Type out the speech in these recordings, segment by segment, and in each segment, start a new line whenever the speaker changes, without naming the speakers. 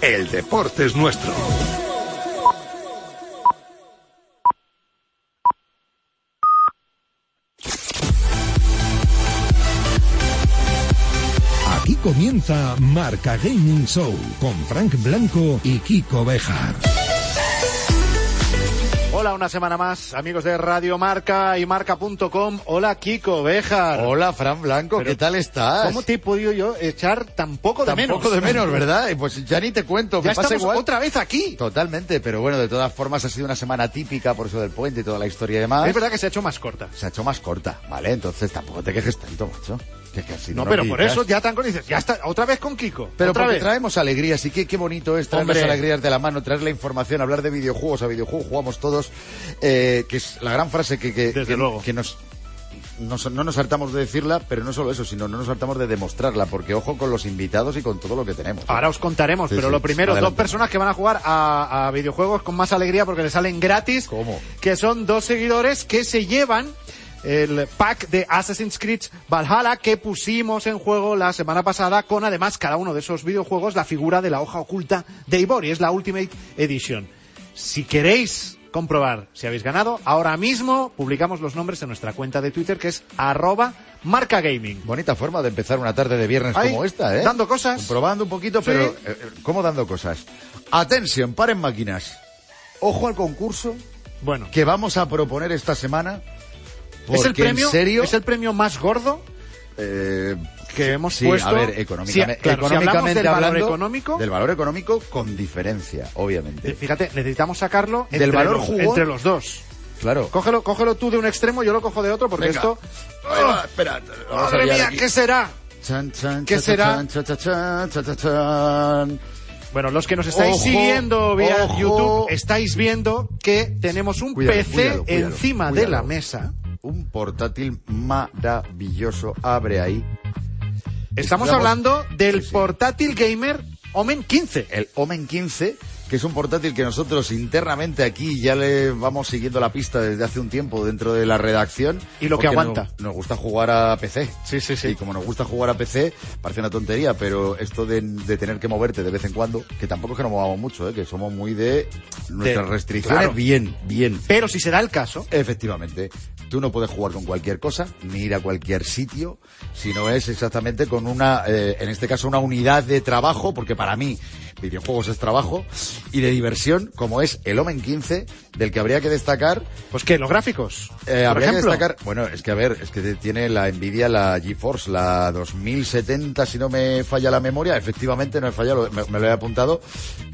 El deporte es nuestro.
Aquí comienza Marca Gaming Show con Frank Blanco y Kiko Bejar.
Hola, una semana más, amigos de Radio Marca y Marca.com. Hola, Kiko Bejar.
Hola, Fran Blanco,
Pero,
¿qué tal estás?
¿Cómo te he podido yo echar tan poco de menos?
Tampoco de menos, ¿verdad? Eh, Pues ya ni te cuento,
Ya
me pasa
estamos
igual.
otra vez aquí.
Totalmente, pero bueno, de todas formas ha sido una semana típica por eso del puente y toda la historia y demás.
Es verdad que se ha hecho más corta.
Se ha hecho más corta, ¿vale? Entonces tampoco te quejes tanto, macho. Que- que si
No, pero por
picas.
eso ya tan con dices, ya está, otra vez con Kiko.
Pero
otra
porque
vez.
traemos alegrías y qué, qué bonito es traer las
Hombre.
alegrías de la mano, traer la información, hablar de videojuegos, a videojuegos jugamos todos, eh, que es la gran frase que, que,
Desde
que-
luego.
que nos, nos- no nos hartamos de decirla, pero no solo eso, sino no nos hartamos de demostrarla, porque ojo con los invitados y con todo lo que tenemos.
Ahora os contaremos,
Sí,
pero
sí,
lo primero,
adelante.
dos personas que van a jugar a, a videojuegos con más alegría porque le salen gratis.
¿Cómo?
Que son dos seguidores que se llevan el pack de Assassin's Creed Valhalla que pusimos en juego la semana pasada con además cada uno de esos videojuegos la figura de la hoja oculta de Ivory, es la Ultimate Edition. Si queréis comprobar si habéis ganado, ahora mismo publicamos los nombres en nuestra cuenta de Twitter que es arroba marcagaming.
Bonita forma de empezar una tarde de viernes
Ahí,
como esta, ¿eh?
dando cosas.
Probando un poquito,
Sí.
pero eh, eh, ¿cómo dando cosas? Atención, paren máquinas. Ojo al concurso
Bueno.
que vamos a proponer esta semana.
¿Es el,
porque,
premio,
En serio,
¿Es el premio más gordo
eh,
que hemos
sí,
puesto?
a ver,
Sí, claro,
económicamente,
si hablamos
económicamente
del valor
hablando,
económico,
del valor económico con diferencia,
eh,
obviamente.
fíjate, necesitamos sacarlo
Del
entre
valor
los,
jugón.
entre los dos.
Claro.
Cógelo, cógelo tú de un extremo, yo lo cojo de otro, porque
Venga.
esto... ¡Oh!
Ahí va, espera, vamos a
¡Madre
liar
mía,
aquí.
qué será!
Chan, chan,
¿Qué
cha, cha,
será?
chan, cha, cha, chan, cha, cha, chan.
Bueno, los que nos Pues estáis
Ojo,
siguiendo vía
ojo.
YouTube, estáis viendo que tenemos un
Cuidado,
PC
cuidado, cuidado,
encima de
cuidado.
la mesa.
Un portátil maravilloso. Abre ahí.
Estamos
Estamos-
hablando del
Sí, sí.
portátil gamer Omen 15.
El Omen 15, que es un portátil que nosotros internamente aquí ya le vamos siguiendo la pista desde hace un tiempo dentro de la redacción.
Y lo que
porque
aguanta.
no- Nos, gusta jugar a PC.
Sí, sí, sí.
Y como nos gusta jugar a PC, parece una tontería, pero esto de, de tener que moverte de vez en cuando, que tampoco es que nos movamos mucho, ¿eh? que somos muy de nuestras
De-
restricciones.
claro.
Bien, bien.
Pero si se da el caso,
Efectivamente. Tú no puedes jugar con cualquier cosa, ni ir a cualquier sitio, si no es exactamente con una, eh, en este caso, una unidad de trabajo, porque para mí videojuegos es trabajo, y de diversión, como es el Omen 15, del que habría que destacar,
pues que los gráficos,
eh,
por
habría que
ejemplo,
destacar, bueno, es que a ver, es que te- tiene la envidia la GeForce, la 2070, si no me falla la memoria, efectivamente no he fallado, me, me lo he apuntado,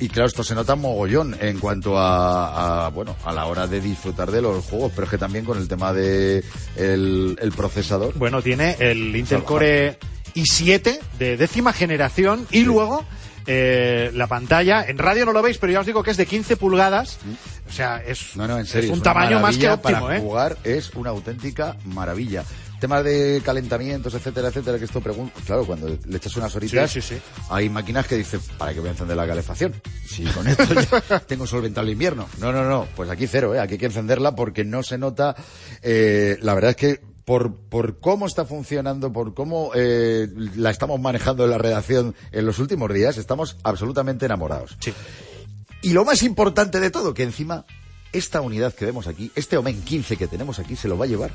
y claro, esto se nota mogollón en cuanto a, a, bueno, a la hora de disfrutar de los juegos, pero es que también con el tema de el, el procesador.
Bueno, tiene el Intel Core i7 de décima generación y luego eh, la pantalla. En radio no lo veis, pero ya os digo que es de 15 pulgadas. O sea, es,
No, no, en serio.
es un
es una
tamaño más que
maravilla
óptimo,
Para
¿eh?
jugar es una auténtica maravilla. Tema de calentamientos, etcétera, etcétera, que esto pregunto. Claro, cuando le echas unas horitas,
Sí, sí, sí.
hay máquinas que dicen, ¿para qué voy a encender la calefacción? Si con esto ya tengo solventado el invierno. No, no, no, pues aquí cero, ¿eh? Aquí hay que encenderla porque no se nota. eh, la verdad es que. Por, por cómo está funcionando, por cómo eh, la estamos manejando en la redacción en los últimos días, estamos absolutamente enamorados.
Sí.
Y lo más importante de todo, que encima esta unidad que vemos aquí, este Omen 15 que tenemos aquí, se lo va a llevar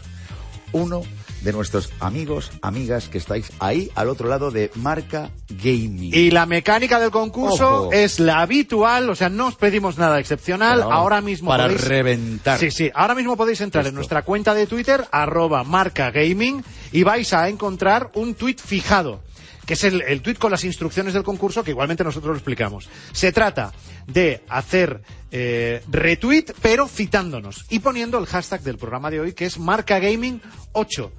uno de nuestros amigos, amigas que estáis ahí al otro lado de Marca Gaming.
Y la mecánica del concurso
Ojo.
es la habitual, o sea, no os pedimos nada excepcional.
Pero vamos,
ahora mismo
para
podéis-
reventar.
Sí, sí. Ahora mismo podéis entrar en
Esto.
nuestra cuenta de Twitter arroba marca gaming y vais a encontrar un tuit fijado que es el, el tuit con las instrucciones del concurso que igualmente nosotros lo explicamos. Se trata de hacer eh, retweet pero citándonos y poniendo el hashtag del programa de hoy que es marca gaming 8.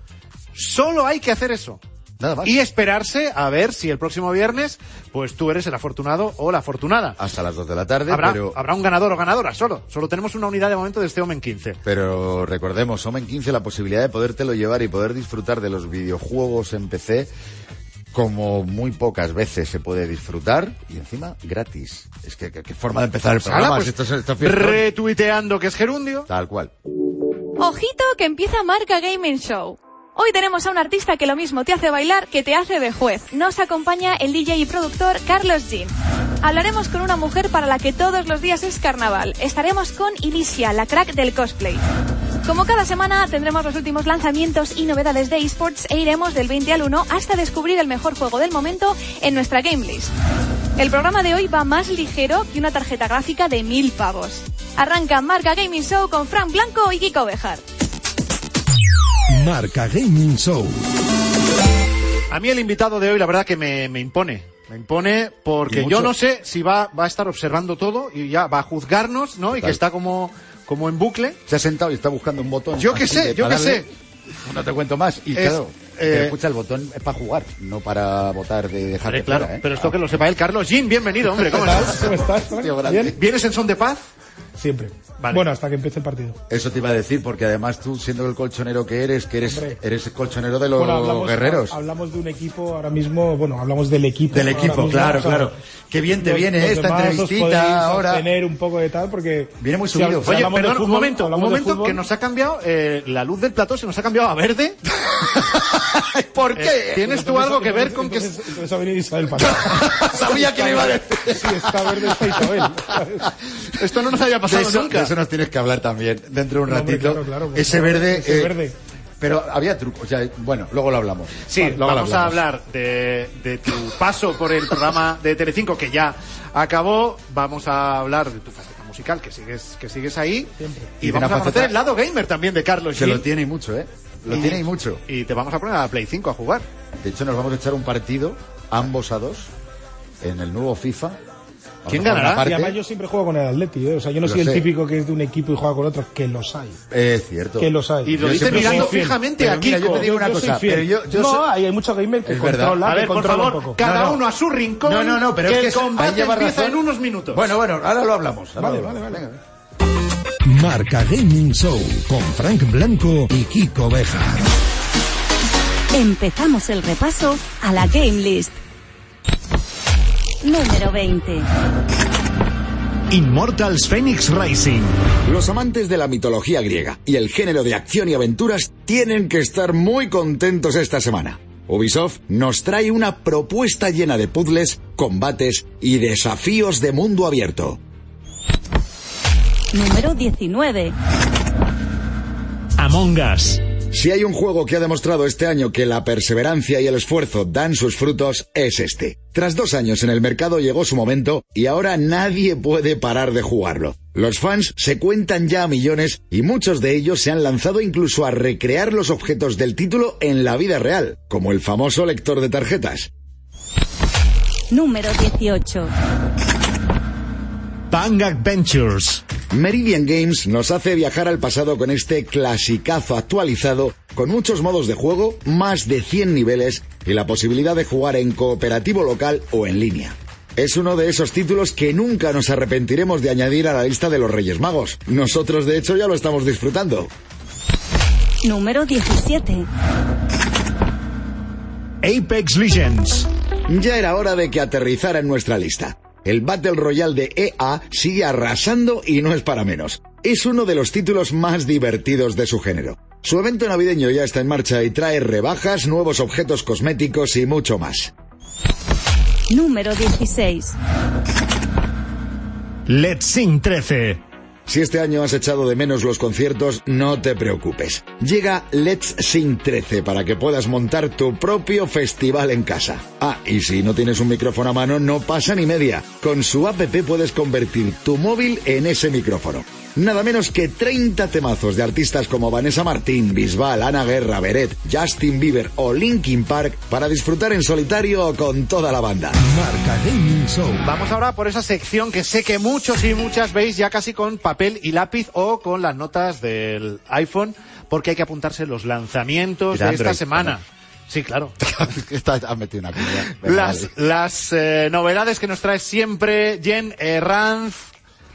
Solo hay que hacer eso.
Nada más.
Y esperarse a ver si el próximo viernes, pues tú eres el afortunado o la afortunada.
Hasta las 2 de la tarde,
Habrá,
pero,
habrá un ganador o ganadora solo. Solo tenemos una unidad de momento de este Omen 15.
pero recordemos, Omen 15, la posibilidad de podértelo llevar y poder disfrutar de los videojuegos en PC como muy pocas veces se puede disfrutar y encima gratis. Es que qué qué forma de empezar el
Pues ala,
programa.
pues,
si esto es- esto es fiestón.
retuiteando que es gerundio.
Tal cual.
Ojito que empieza Marca Gaming Show. Hoy tenemos a un artista que lo mismo te hace bailar que te hace de juez. Nos acompaña el DJ y productor Carlos Jean. Hablaremos con una mujer para la que todos los días es carnaval. Estaremos con Inicia, la crack del cosplay. Como cada semana tendremos los últimos lanzamientos y novedades de esports e iremos del 20 al 1 hasta descubrir el mejor juego del momento en nuestra game list. El programa de hoy va más ligero que una tarjeta gráfica de mil pavos. Arranca Marca Gaming Show con Frank Blanco y Kiko Bejar.
Marca Gaming Show.
A mí el invitado de hoy, la verdad que me, me impone. Me impone
Y
porque
mucho.
yo no sé si va, va a estar observando todo y ya va a juzgarnos, ¿no? Y que
Total.
está como, como en bucle.
Se ha sentado y está buscando un botón.
Yo qué
así
sé,
de
yo qué
pararle.
sé.
No te cuento más. Y
Es,
claro, pero
eh,
escucha, el botón es para jugar, no para votar de dejar
Hombre,
¿eh?
claro, pero esto que lo sepa él, Carlos. Jim, bienvenido, hombre, ¿cómo
¿Qué tal?
estás?
¿Cómo estás, Frank?
Tío, grande.
¿Bien?
¿Vienes en son de paz?
Siempre.
Vale.
Bueno, hasta que empiece el partido.
Eso te iba a decir, porque además tú, siendo el colchonero que eres, que eres,
Hombre.
eres el colchonero de los
Bueno, hablamos,
guerreros.
Hablamos de un equipo ahora mismo, bueno, hablamos del equipo.
Del
ahora
equipo,
mismo,
claro,
o sea,
claro. Qué bien te
los-
viene
los
esta
demás os
entrevistita
podéis
ahora.
abstener un poco de tal porque...
Viene muy subido.
hab-
Oye,
Oye,
hablamos de
perdón, un
fútbol,
momento, un
hablamos de
momento
fútbol.
que nos ha cambiado eh, la luz del plató, se nos ha cambiado a verde.
¿Por
Eh, ¿Tienes tú algo que ver
Entonces-
con que
entonces- Entonces ha venido Isabel para...
Sabía que me iba a decir.
Sí, está verde, está Isabel.
esto no nos haya
De
pasado
eso,
nunca?
de eso nos tienes que hablar también dentro de un
No, hombre,
ratito.
claro, claro, por
ese
favor,
verde.
ese
eh,
verde.
Pero había truco. O sea, bueno, luego lo hablamos.
Sí,
Vale,
lo
vale,
vamos a
hablamos.
hablar de, de tu paso por el programa de Telecinco que ya acabó. Vamos a hablar de tu faceta musical que sigues que sigues ahí
Siempre.
Y
y,
de
vamos
una
a conocer
faceta-
el lado gamer también de Carlos.
Que
Gil.
lo tiene y mucho, ¿eh? Lo tiene y mucho.
Y te vamos a poner a la Play 5 a jugar.
De hecho, nos vamos a echar un partido, ambos a dos, en el nuevo FIFA. Vamos
¿Quién
a jugar
ganará?
una parte.
Y además yo siempre juego con el Atleti, ¿eh? o sea, yo no
Lo
soy
sé.
el típico que es de un equipo y juega con otro, que los hay.
Eh, Es cierto.
Que los hay.
Y lo
Yo
dice
siempre
mirando
soy fiel.
fijamente
Pero
a
mira, yo
Kiko.
te digo una
Yo soy
cosa,
fiel.
pero yo- yo
no,
soy-
hay, hay mucho gamer que
Es verdad.
controla,
A ver,
que
por
controla un
favor,
poco.
cada
No, no.
uno a su rincón.
No, no, no, pero
que
es que
el
es- ahí
combate
lleva
empieza
razón.
en unos minutos.
Bueno, bueno, ahora lo hablamos. ahora
Vale,
lo hablamos.
vale, vale.
Venga.
Marca Gaming Show con Frank Blanco y Kiko Bejar.
Empezamos el repaso a la Game List. Número 20.
Immortals Phoenix Rising.
Los amantes de la mitología griega y el género de acción y aventuras tienen que estar muy contentos esta semana. Ubisoft nos trae una propuesta llena de puzzles, combates y desafíos de mundo abierto.
Número 19.
Among Us.
Si hay un juego que ha demostrado este año que la perseverancia y el esfuerzo dan sus frutos, es este. Tras dos años en el mercado llegó su momento y ahora nadie puede parar de jugarlo. Los fans se cuentan ya a millones y muchos de ellos se han lanzado incluso a recrear los objetos del título en la vida real, como el famoso lector de tarjetas.
Número 18.
Bang Adventures.
Meridian Games nos hace viajar al pasado con este clasicazo actualizado, con muchos modos de juego, más de 100 niveles y la posibilidad de jugar en cooperativo local o en línea. Es uno de esos títulos que nunca nos arrepentiremos de añadir a la lista de los Reyes Magos. Nosotros de hecho ya lo estamos disfrutando.
Número 17.
Apex Legends.
Ya era hora de que aterrizara en nuestra lista. El Battle Royale de EA sigue arrasando y no es para menos. Es uno de los títulos más divertidos de su género. Su evento navideño ya está en marcha y trae rebajas, nuevos objetos cosméticos y mucho más.
Número 16.
Let's Sing 13.
Si este año has echado de menos los conciertos, no te preocupes. Llega Let's Sing 13 para que puedas montar tu propio festival en casa. Ah, y si no tienes un micrófono a mano, no pasa ni media. Con su app puedes convertir tu móvil en ese micrófono. Nada menos que 30 temazos de artistas como Vanessa Martín, Bisbal, Ana Guerra, Beret, Justin Bieber o Linkin Park para disfrutar en solitario o con toda la banda.
Marca Gaming Show.
Vamos ahora por esa sección que sé que muchos y muchas veis ya casi con papel y lápiz o con las notas del iPhone, porque hay que apuntarse los lanzamientos
Y
de
de
esta
Android,
semana. Sí, claro.
Esta- has metido una cuña. Venga,
Las,
vale.
las eh, novedades que nos trae siempre Jen Herranz.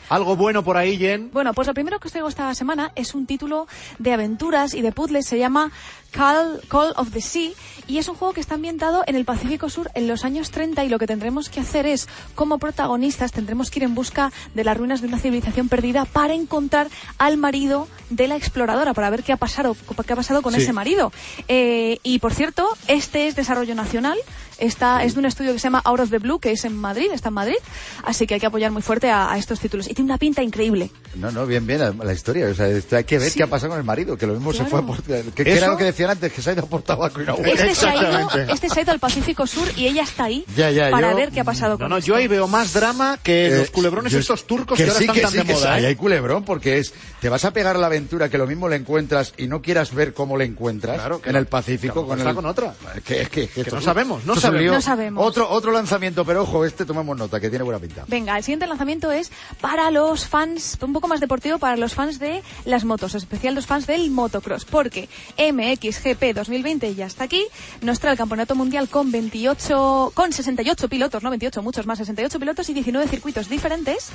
Algo bueno por ahí, Jen.
Bueno, pues lo primero que os traigo esta semana es un título de aventuras y de puzzles. Se llama Call, Call of the Sea, y es un juego que está ambientado en el Pacífico Sur en los años 30 y lo que tendremos que hacer es, como protagonistas, tendremos que ir en busca de las ruinas de una civilización perdida para encontrar al marido de la exploradora, para ver qué ha pasado, qué ha pasado con ese marido. Eh, y por cierto, este es desarrollo nacional, está, es de un estudio que se llama Out of the Blue, que es en Madrid, está en Madrid, así que hay que apoyar muy fuerte a, a estos títulos. Y tiene una pinta increíble.
No, no, bien, bien la, la historia. O sea, esto hay que ver
Sí.
qué ha pasado con el marido, que lo mismo se
Claro.
fue por. Que, que era
¿Eso?
lo que decían antes, que se ha ido por tabaco y no ha vuelto.
Este se, ha ido,
Exactamente.
este se ha ido al Pacífico Sur y ella está ahí
Ya, ya,
para
yo-
ver qué ha pasado
No,
con este
no, yo ahí veo más drama que
Eh,
los culebrones
yo-
estos turcos que, ahora
sí,
están
que
tan
sí,
de
que
moda.
sí. Ahí
¿eh?
hay culebrón porque es te vas a pegar a la aventura que lo mismo le encuentras y no quieras ver cómo le encuentras
Claro, que
en
no.
el
Que a
Pacífico
lo
con
mejor
el-
está con otra.
Es que, es que, es que
Que
esto
no
es-
sabemos, no
esto es un
sabemos.
lío.
No sabemos.
Otro otro lanzamiento, pero ojo, este tomamos nota que tiene buena pinta.
Venga, el siguiente lanzamiento es para los fans, un poco más deportivo, para los fans de las motos, en especial los fans del motocross, porque MXGP 2020 ya está aquí, nos trae el campeonato mundial con 28, con 68 pilotos, no 28, muchos más, 68 pilotos y 19 circuitos diferentes,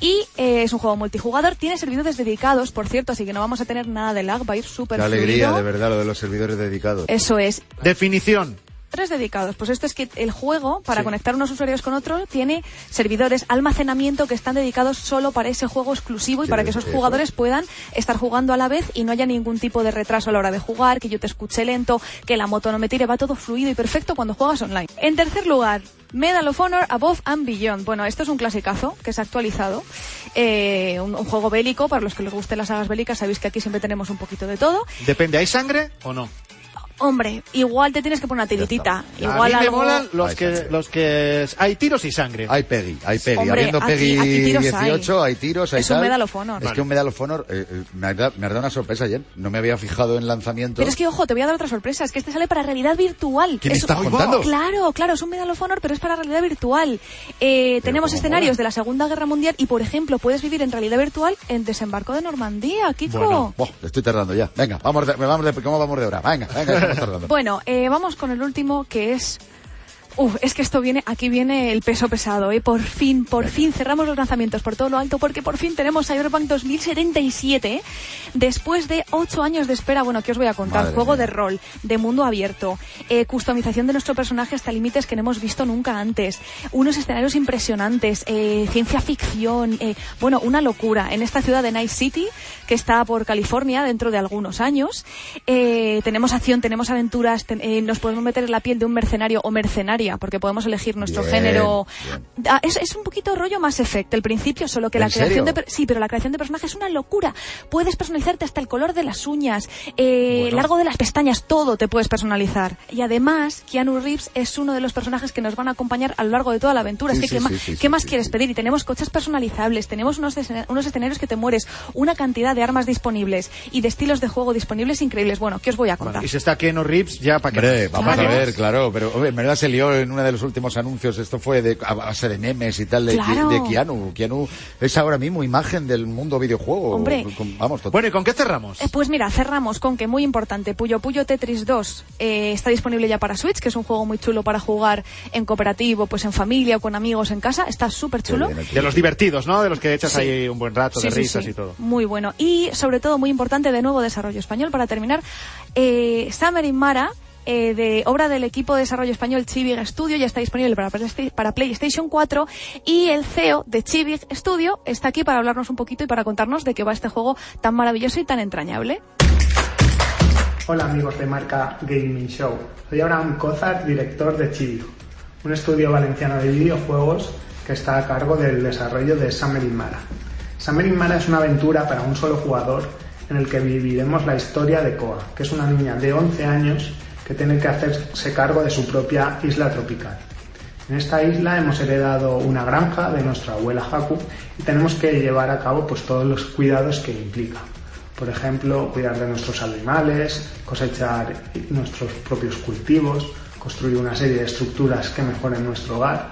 y eh, es un juego multijugador, tiene servidores dedicados, por cierto, así que no vamos a tener nada de lag, va a ir súper
Qué alegría,
fluido.
de verdad, lo de los servidores dedicados.
Eso es,
Definición.
Tres dedicados. Pues esto es que el juego, para conectar unos usuarios con otros, tiene servidores, almacenamiento que están dedicados solo para ese juego exclusivo y para que
Quiero
esos
decir,
jugadores puedan estar jugando a la vez y no haya ningún tipo de retraso a la hora de jugar, que yo te escuche lento, que la moto no me tire, va todo fluido y perfecto cuando juegas online. En tercer lugar, Medal of Honor Above and Beyond. Bueno, esto es un clasicazo que se ha actualizado. Eh, un, un juego bélico, para los que les gusten las sagas bélicas, sabéis que aquí siempre tenemos un poquito de todo.
Depende, ¿hay sangre o no?
Hombre, igual te tienes que poner una tiritita. Igual
a mí me
algo-
molan los
Hay
que,
sangre.
los que... Hay tiros y sangre.
Hay Peggy, hay Peggy.
Hombre,
Habiendo
aquí-
Peggy
aquí tiros
18, hay, tiros, hay
Es un
tal.
Medal of Honor.
Es que un Medal of Honor eh, eh, me, ha da- me ha dado una sorpresa ayer. No me había fijado en lanzamiento.
Pero es que, ojo, te voy a dar otra sorpresa. Es que este sale para realidad virtual.
¿Qué me
Es-
estás Ay, contando? wow.
Claro, claro, es un Medal of Honor, pero es para realidad virtual. Eh, tenemos
cómo
escenarios
mola.
de la Segunda Guerra Mundial y, por ejemplo, puedes vivir en realidad virtual en Desembarco de Normandía, Kiko. Bueno,
Buah, estoy tardando ya. Venga, vamos de, vamos de- ¿cómo vamos de hora? Venga, venga, estamos tardando.
eh, vamos con el último que es... Uf, es que esto viene, aquí viene el peso pesado, ¿eh? Por fin, por fin cerramos los lanzamientos por todo lo alto, porque por fin tenemos Cyberpunk 2077, ¿eh? después de ocho años de espera, bueno, que os voy a contar,
Madre
juego
mía.
de rol, de mundo abierto, eh, customización de nuestro personaje hasta límites que no hemos visto nunca antes, unos escenarios impresionantes, eh, ciencia ficción, eh, bueno, una locura. En esta ciudad de Night City, que está por California dentro de algunos años, eh, tenemos acción, tenemos aventuras, ten- eh, nos podemos meter en la piel de un mercenario o mercenaria, porque podemos elegir nuestro
Bien,
género.
bien.
Ah, es, es un poquito rollo más Effect, el principio, solo que la
¿En
creación
serio?
de... per- Sí, pero la creación de personaje es una locura. Puedes personalizarte hasta el color de las uñas, eh, largo de las pestañas, todo te puedes personalizar. Y además, Keanu Reeves es uno de los personajes que nos van a acompañar a lo largo de toda la aventura.
Sí,
es que,
sí,
¿qué,
sí,
más,
sí, sí,
qué más
sí,
quieres
sí.
pedir? Y tenemos coches personalizables, tenemos unos, escena- unos escenarios que te mueres, una cantidad de armas disponibles y de estilos de juego disponibles increíbles. Bueno, ¿qué os voy a contar?
Vale, Y se está aquí en los rips ya para que...
Hombre, vamos
Claro.
a ver, claro, pero hombre, en verdad se lió en uno de los últimos anuncios, esto fue de, a base de memes y tal, de,
Claro.
de Keanu. Keanu es ahora mismo imagen del mundo videojuego.
Hombre.
Con- vamos, total.
Bueno, ¿y con qué cerramos?
Eh, Pues mira, cerramos con que muy importante, Puyo Puyo Tetris 2 eh, está disponible ya para Switch, que es un juego muy chulo para jugar en cooperativo, pues en familia o con amigos en casa, está súper chulo.
Qué bien,
De los divertidos, ¿no? De los que echas
Sí.
ahí un buen rato, de risas y todo.
Muy bueno. Y sobre todo, muy importante, de nuevo desarrollo español, para terminar, eh, Summer in Mara. eh, de obra del equipo de desarrollo español Chivig Studio, ya está disponible para, Playsta- para PlayStation 4 y el CEO de Chivig Studio está aquí para hablarnos un poquito y para contarnos de qué va este juego tan maravilloso y tan entrañable.
Hola amigos de marca Gaming Show. Soy Abraham Cozar, director de Chivico, un estudio valenciano de videojuegos que está a cargo del desarrollo de Summer in Mara. Summer in Mara es una aventura para un solo jugador en el que viviremos la historia de Koa, que es una niña de 11 años que tiene que hacerse cargo de su propia isla tropical. En esta isla hemos heredado una granja de nuestra abuela Haku y tenemos que llevar a cabo pues, todos los cuidados que implica. Por ejemplo, cuidar de nuestros animales, cosechar nuestros propios cultivos, construir una serie de estructuras que mejoren nuestro hogar.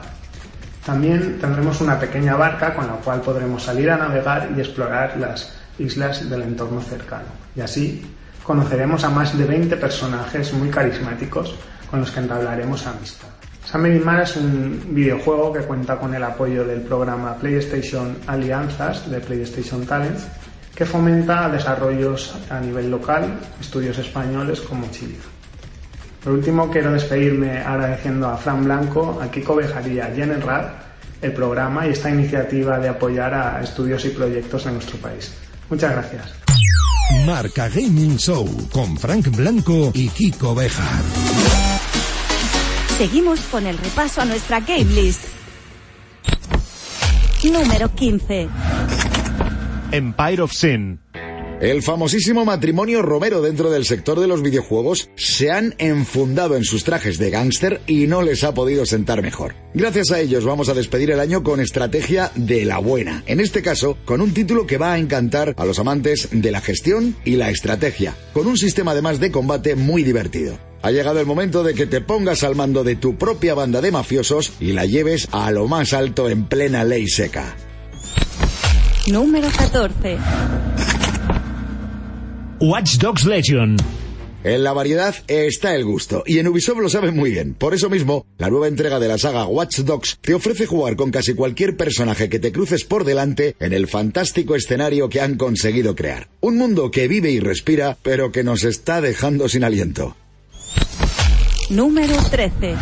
También tendremos una pequeña barca con la cual podremos salir a navegar y explorar las islas del entorno cercano. Y así conoceremos a más de 20 personajes muy carismáticos con los que entablaremos amistad. Summer in Mara es un videojuego que cuenta con el apoyo del programa PlayStation Alianzas de PlayStation Talents que fomenta desarrollos a nivel local, estudios españoles como Chile. Por último, quiero despedirme agradeciendo a Fran Blanco, a Kiko Bejaría y a Jen Enrad el programa y esta iniciativa de apoyar a estudios y proyectos en nuestro país. Muchas gracias.
Marca Gaming Show con Frank Blanco y Kiko Bejar.
Seguimos con el repaso a nuestra game list. Número 15.
Empire of Sin.
El famosísimo matrimonio Romero dentro del sector de los videojuegos se han enfundado en sus trajes de gángster y no les ha podido sentar mejor. Gracias a ellos vamos a despedir el año con estrategia de la buena, en este caso con un título que va a encantar a los amantes de la gestión y la estrategia, con un sistema además de combate muy divertido. Ha llegado el momento de que te pongas al mando de tu propia banda de mafiosos y la lleves a lo más alto en plena ley seca.
Número 14.
Watch Dogs Legion.
En la variedad está el gusto, y en Ubisoft lo saben muy bien. Por eso mismo, la nueva entrega de la saga Watch Dogs te ofrece jugar con casi cualquier personaje que te cruces por delante en el fantástico escenario que han conseguido crear. Un mundo que vive y respira, pero que nos está dejando sin aliento.
Número 13.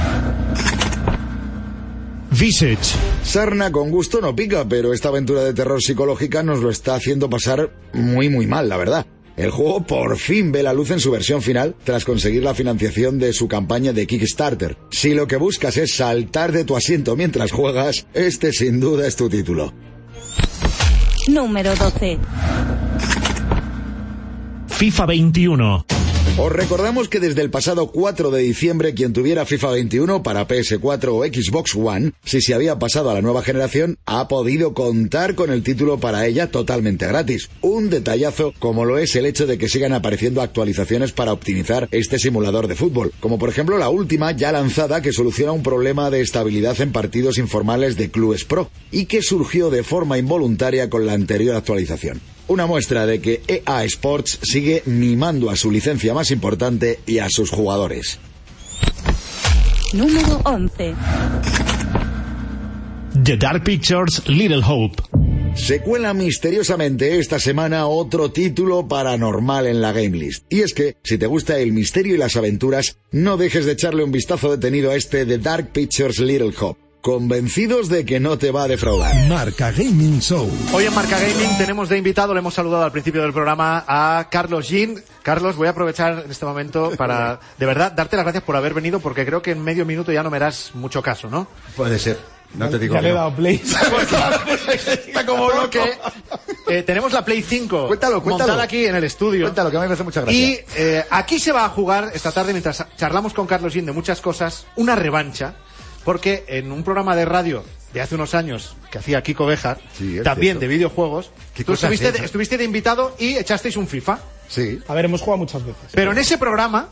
Visage.
Sarna con gusto no pica, pero esta aventura de terror psicológica nos lo está haciendo pasar muy muy mal, la verdad. El juego por fin ve la luz en su versión final tras conseguir la financiación de su campaña de Kickstarter. Si lo que buscas es saltar de tu asiento mientras juegas, este sin duda es tu título.
Número 12.
FIFA 21.
Os recordamos que desde el pasado 4 de diciembre quien tuviera FIFA 21 para PS4 o Xbox One, si se había pasado a la nueva generación, ha podido contar con el título para ella totalmente gratis. Un detallazo como lo es el hecho de que sigan apareciendo actualizaciones para optimizar este simulador de fútbol, como por ejemplo la última ya lanzada que soluciona un problema de estabilidad en partidos informales de clubes pro y que surgió de forma involuntaria con la anterior actualización. Una muestra de que EA Sports sigue mimando a su licencia más importante y a sus jugadores.
Número 11.
The Dark Pictures Little Hope.
Se cuela misteriosamente esta semana otro título paranormal en la game list. Y es que, si te gusta el misterio y las aventuras, no dejes de echarle un vistazo detenido a este The Dark Pictures Little Hope. Convencidos de que no te va a defraudar.
Marca Gaming Show.
Hoy en Marca Gaming tenemos de invitado, le hemos saludado al principio del programa a Carlos Gin. Carlos, voy a aprovechar en este momento para, de verdad, darte las gracias por haber venido, porque creo que en medio minuto ya no me harás mucho caso, ¿no?
Puede ser. No te digo
ya
que
le he
no.
dado play.
Está como loco.
Porque eh, tenemos la Play 5
Cuéntalo, cuéntalo.
montada aquí en el estudio.
Cuéntalo, que a mí me hace mucha gracia.
Y eh, aquí se va a jugar esta tarde, mientras charlamos con Carlos Gin de muchas cosas, una revancha, porque en un programa de radio de hace unos años que hacía Kiko Bejar,
Sí, es
también
cierto.
de videojuegos,
¿Qué
tú
cosas
estuviste
es
de,
eso?
estuviste de invitado y echasteis un FIFA.
Sí.
A ver, hemos jugado muchas veces.
Pero en ese programa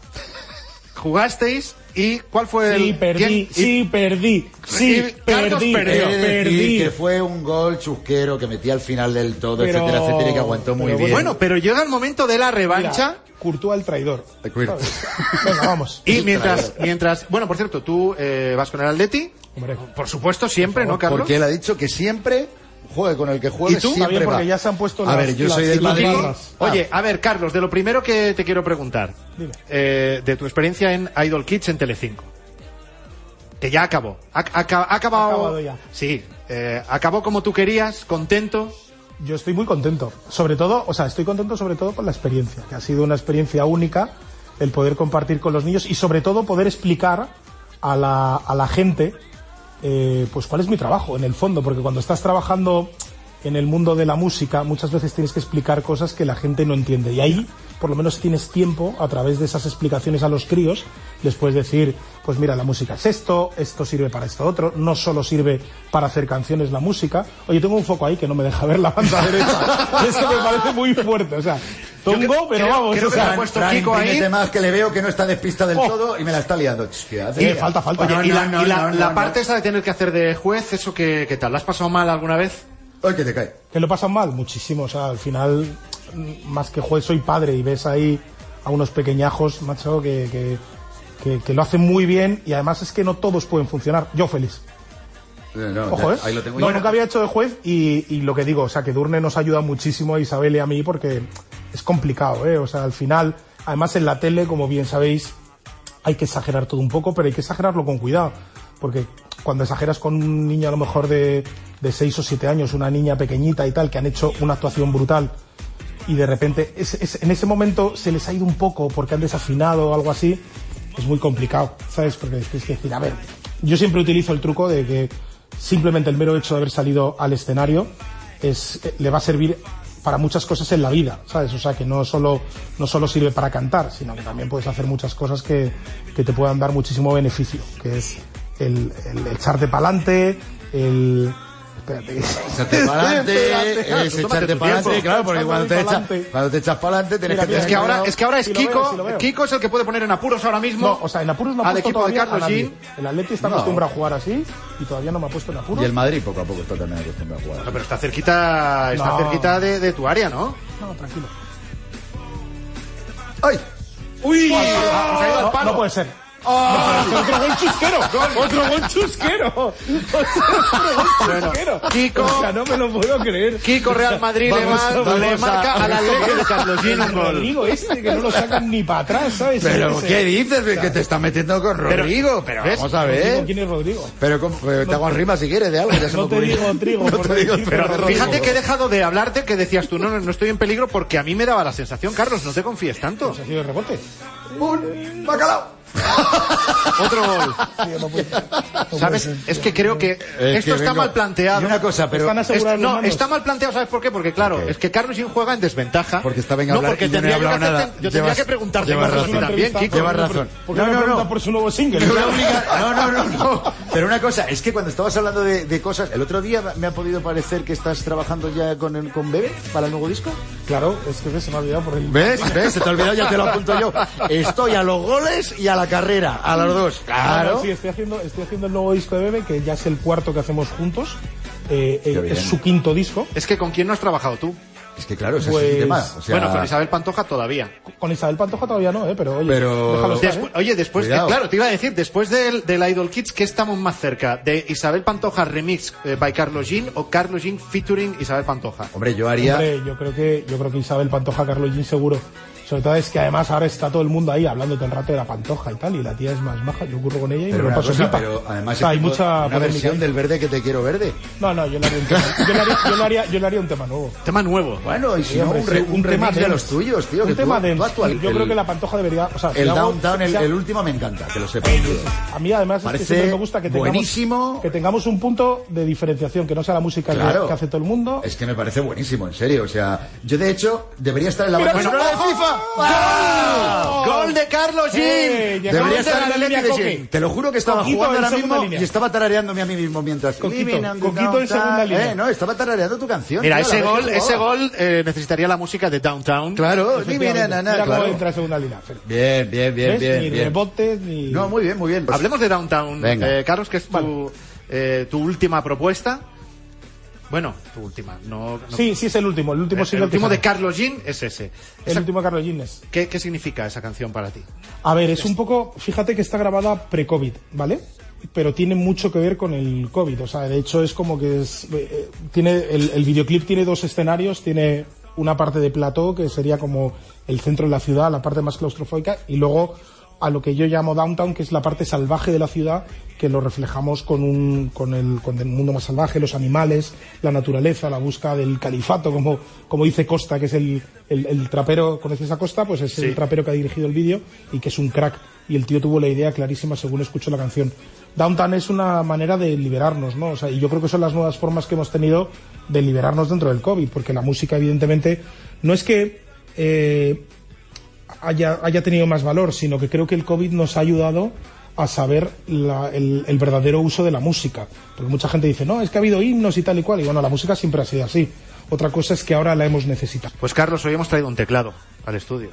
jugasteis y ¿cuál fue el...?
Sí, perdí,
quién- y-
sí, perdí, sí,
y- Carlos
perdí,
perdió.
eh,
He de decir
perdí.
que fue un gol chusquero que metí al final del todo,
Pero-
etcétera, etcétera, y que aguantó muy
pero
bien.
Bueno, pero llega el momento de la revancha...
Mira, Courtois el traidor.
De acuerdo.
¿Sabes? Venga, vamos.
Y mientras, mientras, bueno, por cierto, tú eh, vas con el Atleti,
Hombre.
por supuesto, siempre, ¿no, Carlos?
Porque él ha dicho que siempre juegue con el que juegue,
¿Y tú?
siempre
Está bien,
va.
porque ya se han puesto
A
las-
ver, yo
las
soy del
típicas
Madrid.
barras.
Ah,
Oye, a ver, Carlos, de lo primero que te quiero preguntar,
Dime.
eh, de tu experiencia en Idol Kids en Telecinco, que ya acabó, ha, ha- ha acabado,
acabado ya.
sí, eh, acabó como tú querías, contento,
Yo estoy muy contento. Sobre todo, o sea, estoy contento sobre todo con la experiencia, que ha sido una experiencia única el poder compartir con los niños y sobre todo poder explicar a la, a la gente eh, pues cuál es mi trabajo en el fondo, porque cuando estás trabajando en el mundo de la música muchas veces tienes que explicar cosas que la gente no entiende y ahí por lo menos tienes tiempo a través de esas explicaciones a los críos les puedes decir pues mira la música es esto esto sirve para esto otro no solo sirve para hacer canciones la música oye tengo un foco ahí que no me deja ver la banda derecha es que me parece muy fuerte o sea
creo-
tongo pero
creo-
vamos
creo
o
que me
sea,
ha puesto
Fran,
Kiko ahí.
imprímete más que le veo que no está despista del
Oh.
todo y me la está liando. Ch, ¿qué hace?
Eh, falta, falta.
Oye,
No,
y la,
no,
y la-
no, no,
la
no.
parte esa de tener que hacer de juez, eso que, ¿qué tal, ¿la has pasado mal alguna vez?
Oye, que te cae.
¿Que lo pasan mal? Muchísimo. O sea, al final, mm, más que juez, soy padre y ves ahí a unos pequeñajos, macho, que, que, que- que lo hacen muy bien y además es que no todos pueden funcionar. Yo feliz.
no,
Ojo,
ya,
¿eh?
ahí lo tengo
No,
yo.
nunca había hecho de juez y, y lo que digo, o sea, que Durne nos ayuda muchísimo a Isabel y a mí porque es complicado, ¿eh? O sea, al final, además en la tele, como bien sabéis, hay que exagerar todo un poco, pero hay que exagerarlo con cuidado, porque cuando exageras con un niño a lo mejor de, de 6 o 7 años, una niña pequeñita y tal, que han hecho una actuación brutal y de repente es- es- en ese momento se les ha ido un poco porque han desafinado o algo así, es muy complicado, ¿sabes? Porque tienes que decir, a ver, yo siempre utilizo el truco de que simplemente el mero hecho de haber salido al escenario es, eh, le va a servir para muchas cosas en la vida, ¿sabes? O sea, que no solo, no solo sirve para cantar, sino que también puedes hacer muchas cosas que, que te puedan dar muchísimo beneficio, que es el, el echarte para adelante, el... Espérate.
Echarte pa'lante,
Espérate.
es
Tómate
echarte
tu
para adelante,
tiempo.
claro, porque cuando te,
Echando ahí
echas,
pa'lante.
cuando te echas para adelante tienes
Mira,
que
mira,
Es
tener
que ahora, es, que ahora es
Sí lo veo,
Kiko.
sí lo veo.
Kiko es el que puede poner en apuros ahora mismo.
No, o sea, en apuros no ha
al
puesto
equipo de
todavía a
Carlos
nadie.
Jean.
El Atleti está
No.
acostumbrado a jugar así y todavía no me ha puesto en apuros.
Y el Madrid poco a poco está también acostumbrado a jugar.
Bueno, pero está cerquita, está
No.
cerquita de, de tu área, ¿no?
No, tranquilo.
¡Ay!
¡Uy! Ah, ha caído al
No,
palo. Ah.
no puede ser. Otro buen chusquero. Otro buen chusquero. Otro buen chusquero.
Kiko.
O sea, no me lo puedo creer.
Kiko Real Madrid le,
Vamos,
mar-
vamos
le
a-
marca al Atlético de Carlos Jean un gol.
Rodrigo este que no lo sacan ni para atrás, ¿sabes?
Pero,
Ese-
¿qué dices? Que te está metiendo con Rodrigo, pero,
¿ves?
vamos a
Rodrigo,
ver.
¿Quién es Rodrigo?
Pero, ¿cómo? Pero te hago rima si quieres de algo. Ya se
No
me
te
ocurrió.
digo trigo,
No
por
te digo,
decirte
pero
Rodrigo.
Fíjate que he dejado de hablarte que decías tú, no, no, no estoy en peligro porque a mí me daba la sensación, Carlos, no te confíes tanto.
Pues ha sido de rebote.
¡Un bacalao!
Otro gol.
Tío, no puede ser. No puede
¿Sabes?
ser.
Es que creo que
Eh, Es
esto
que
está
vengo-
mal planteado.
Y una cosa, pero...
Están
Esto-
asegurados los
no,
manos.
está mal planteado, ¿sabes por qué? Porque claro,
Ok.
es que Carlos Jean juega en desventaja.
Porque estaba en
no,
hablar
porque
y yo no he
tendría que
hablado
hacerte-
nada.
yo tendría
Llevas-
que preguntarte
llevas
cosas a ti
razón.
también,
Entrevista, ¿por
Kiko.
qué
Llevas
no me
razón.
pre- ¿Por qué no,
No,
me
no, no.
preguntan por su nuevo single?
Pero una obliga- No, no, no, no. Pero una cosa, es que cuando estabas hablando de, de cosas, el otro día me ha podido parecer que estás trabajando ya con, el- con Bebe para el nuevo disco.
Claro, es que se me ha olvidado por el...
¿Ves? ¿Ves? Se te ha olvidado, ya te lo apunto yo. Estoy a los goles y a la carrera, a los dos.
Bueno,
Claro.
Sí, estoy haciendo, estoy haciendo el nuevo disco de Bebe, que ya es el cuarto que hacemos juntos. Eh, eh,
bien.
es su quinto disco.
Es que con quién no has trabajado tú.
Es que claro, ese es
Pues-
el tema. O sea,
Bueno, con Isabel Pantoja todavía.
Con Isabel Pantoja todavía no, eh, pero oye,
Pero-
déjalo estar,
Despu-
¿eh?
Oye, después, eh,
Cuidado.
claro, te iba a decir, después del, del Idol Kids, ¿qué estamos más cerca? ¿De Isabel Pantoja Remix eh, by Carlos Jean o Carlos Jean featuring Isabel Pantoja?
Hombre, yo haría...
Hombre, yo creo que yo creo que Isabel Pantoja, Carlos Jean seguro. Sobre todo es que además ahora está todo el mundo ahí hablando todo el rato de la Pantoja y tal, y la tía es más maja. Yo curro con ella y
Pero,
me lo
una
paso
cosa,
pipa.
pero
O
además
sea, hay
esto-
mucha
una
polémica
versión
ahí.
del verde que te quiero verde.
No, no, yo le haría un tema. Yo le haría, yo le haría- yo le haría un tema nuevo.
Tema nuevo.
Bueno, y
Sí,
si no,
hombre,
un,
sí,
re- un remix de
dance.
los tuyos, tío.
Un
que tú-
tema de.
tú actual-
Yo creo
el-
que la Pantoja debería. O sea, si
El
hago-
Downtown, el,
si hago-
el último me encanta, que lo sepas. tío.
A mí además es que
Parece
siempre me gusta que tengamos,
buenísimo.
que tengamos un punto de diferenciación, que no sea la música que-
Claro.
que hace todo el mundo.
Es que me parece buenísimo, en serio. O sea, yo de hecho debería estar en la banda
Mira,
sonora de
mira,
FIFA.
¡Gol de Carlos Jean!
Eh, llegamos
Debería estar
a
en
la
la
línea
línea de
Coque.
Jane. Te lo juro que estaba
Coquito en
jugando ahora
segunda
mismo
línea.
y estaba tarareándome a mí mismo mientras.
Coquito,
Living on the
Coquito en
downtown.
segunda línea.
Eh, no, estaba tarareando tu canción.
Mira,
tío, la
ese
vez que
gol,
jugaba.
ese gol eh, necesitaría la música de Downtown.
Claro, living
Efectivamente.
on a-
Mira
claro.
cómo entra en segunda línea. Fer.
Bien, bien, bien,
¿Ves?
bien,
ni
bien.
rebotes, ni...
No, muy bien, muy bien.
Pues Hablemos de Downtown,
Venga.
eh, Carlos, que es tu, eh, tu última propuesta. Bueno, tu última. No, no-
Sí, sí es el último, el último
el, el
single que
último de
sale.
Carlos Jean es ese.
El
Esa-
último de Carlos Gines.
¿qué, qué significa esa canción para ti?
A ver, es un poco, fíjate que está grabada pre-COVID, ¿vale? Pero tiene mucho que ver con el COVID, o sea, de hecho es como que es, eh, eh, tiene, el, el videoclip tiene dos escenarios, tiene una parte de plató que sería como el centro de la ciudad, la parte más claustrofóbica, y luego a lo que yo llamo downtown, que es la parte salvaje de la ciudad, que lo reflejamos con un, con el, con el mundo más salvaje, los animales, la naturaleza, la busca del califato, como, como dice Costa, que es el, el, el trapero, ¿conoces a Costa? Pues es el trapero que ha dirigido el vídeo y que es un crack. Y el tío tuvo la idea clarísima según escuchó la canción. Downtown es una manera de liberarnos, ¿no? O sea, y yo creo que son las nuevas formas que hemos tenido de liberarnos dentro del COVID, porque la música, evidentemente, no es que, eh, haya, haya tenido más valor, sino que creo que el COVID nos ha ayudado a saber la- el, el verdadero uso de la música. Porque mucha gente dice, no, es que ha habido himnos y tal y cual. Y bueno, la música siempre ha sido así. Otra cosa es que ahora la hemos necesitado.
Pues Carlos, hoy hemos traído un teclado al estudio.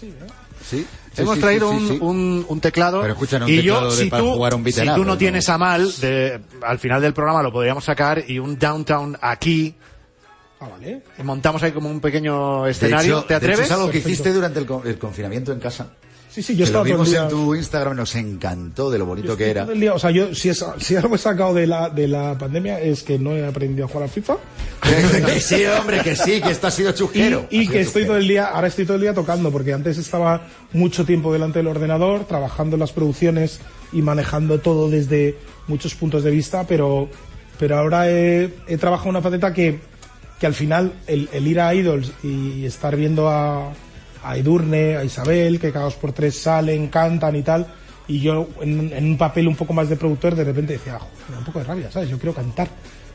Sí, ¿eh? sí,
Hemos
sí,
traído
sí, sí,
un,
sí.
un- un teclado.
Pero escucha, no un
y yo,
teclado de
si
para
tú,
jugar un beat
si
and
tú
up,
no
¿no?
tienes a mal, de- al final del programa lo podríamos sacar y un downtown aquí.
Ah, vale.
Montamos ahí como un pequeño
De
Este escenario.
hecho-
¿Te
de hecho
atreves?
es algo que
Perfecto.
hiciste durante el, con- el confinamiento en casa.
Sí, sí, yo
Que lo
estaba todo el
vimos
día-
en tu Instagram, nos encantó de lo bonito que era.
Todo el día, o sea, yo si, es- si algo he sacado de la, de la pandemia es que no he aprendido a jugar a FIFA
que sí, hombre, que sí, que esto ha sido
y,
chujero.
y
Ha sido
que estoy
chujero.
todo el día, ahora estoy todo el día tocando, porque antes estaba mucho tiempo delante del ordenador, trabajando en las producciones y manejando todo desde muchos puntos de vista, pero, pero ahora he, he trabajado una faceta que, que al final el, el ir a Idols y estar viendo a, a Edurne, a Isabel, que cada dos por tres salen, cantan y tal, y yo en, en un papel un poco más de productor de repente decía, "Joder, me da un poco de rabia, ¿sabes? Yo quiero cantar,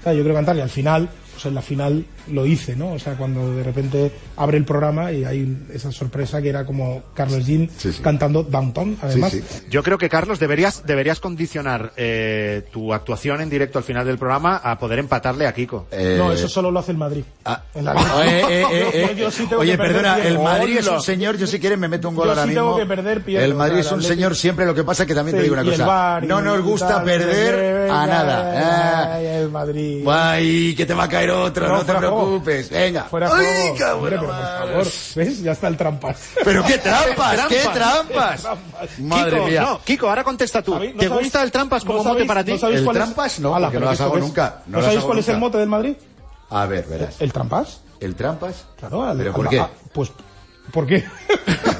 ¿sabes? Yo quiero cantar y al final, pues en la final lo hice, ¿no? O sea, cuando de repente abre el programa y hay esa sorpresa que era como Carlos Jean
Sí, sí.
cantando Downtown, además.
sí.
Yo creo que, Carlos, deberías, deberías condicionar eh, tu actuación en directo al final del programa a poder empatarle a Kiko.
Eh,
No, eso solo lo hace el Madrid.
ah,
En la liga.
eh, eh, eh,
Yo-
eh.
yo sí tengo
Oye,
que perder
perdona, el
tiempo.
Madrid es un
Hola.
señor, yo si quieren me meto un gol
Yo
ahora
sí
mismo.
tengo que perder, pierdo,
el Madrid
o sea,
es un
el
señor
Atleti-
siempre, lo que pasa que también te
Sí,
digo una
y el
cosa,
VAR y
no nos
el
gusta
tal,
perder
eh,
a
eh,
nada.
ay,
Ah.
el Madrid.
Guay, que te va a caer otro, no,
¿eh? No,
te
fuera juego.
preocupes. Venga.
Fuera
Ay,
juego.
cabrón,
Hombre, pero por
madre.
favor, ¿ves? Ya está el trampas.
Pero qué trampas, qué trampas. Madre
Kiko,
mía.
no, Kiko, ahora contesta tú.
¿Sabéis- no
¿Te
sabéis-
gusta el trampas como
no
mote
sabéis-
para ti?
no sabéis
El
cuál es-
trampas no, porque no
pero
las
esto
hago
qué es.
nunca, no
¿No,
las
sabéis
hago
cuál es el
nunca.
mote del Madrid?
A ver, verás.
¿El trampas?
¿El trampas?
Claro. al-
¿Pero por
al-
qué?
a- pues, ¿por qué?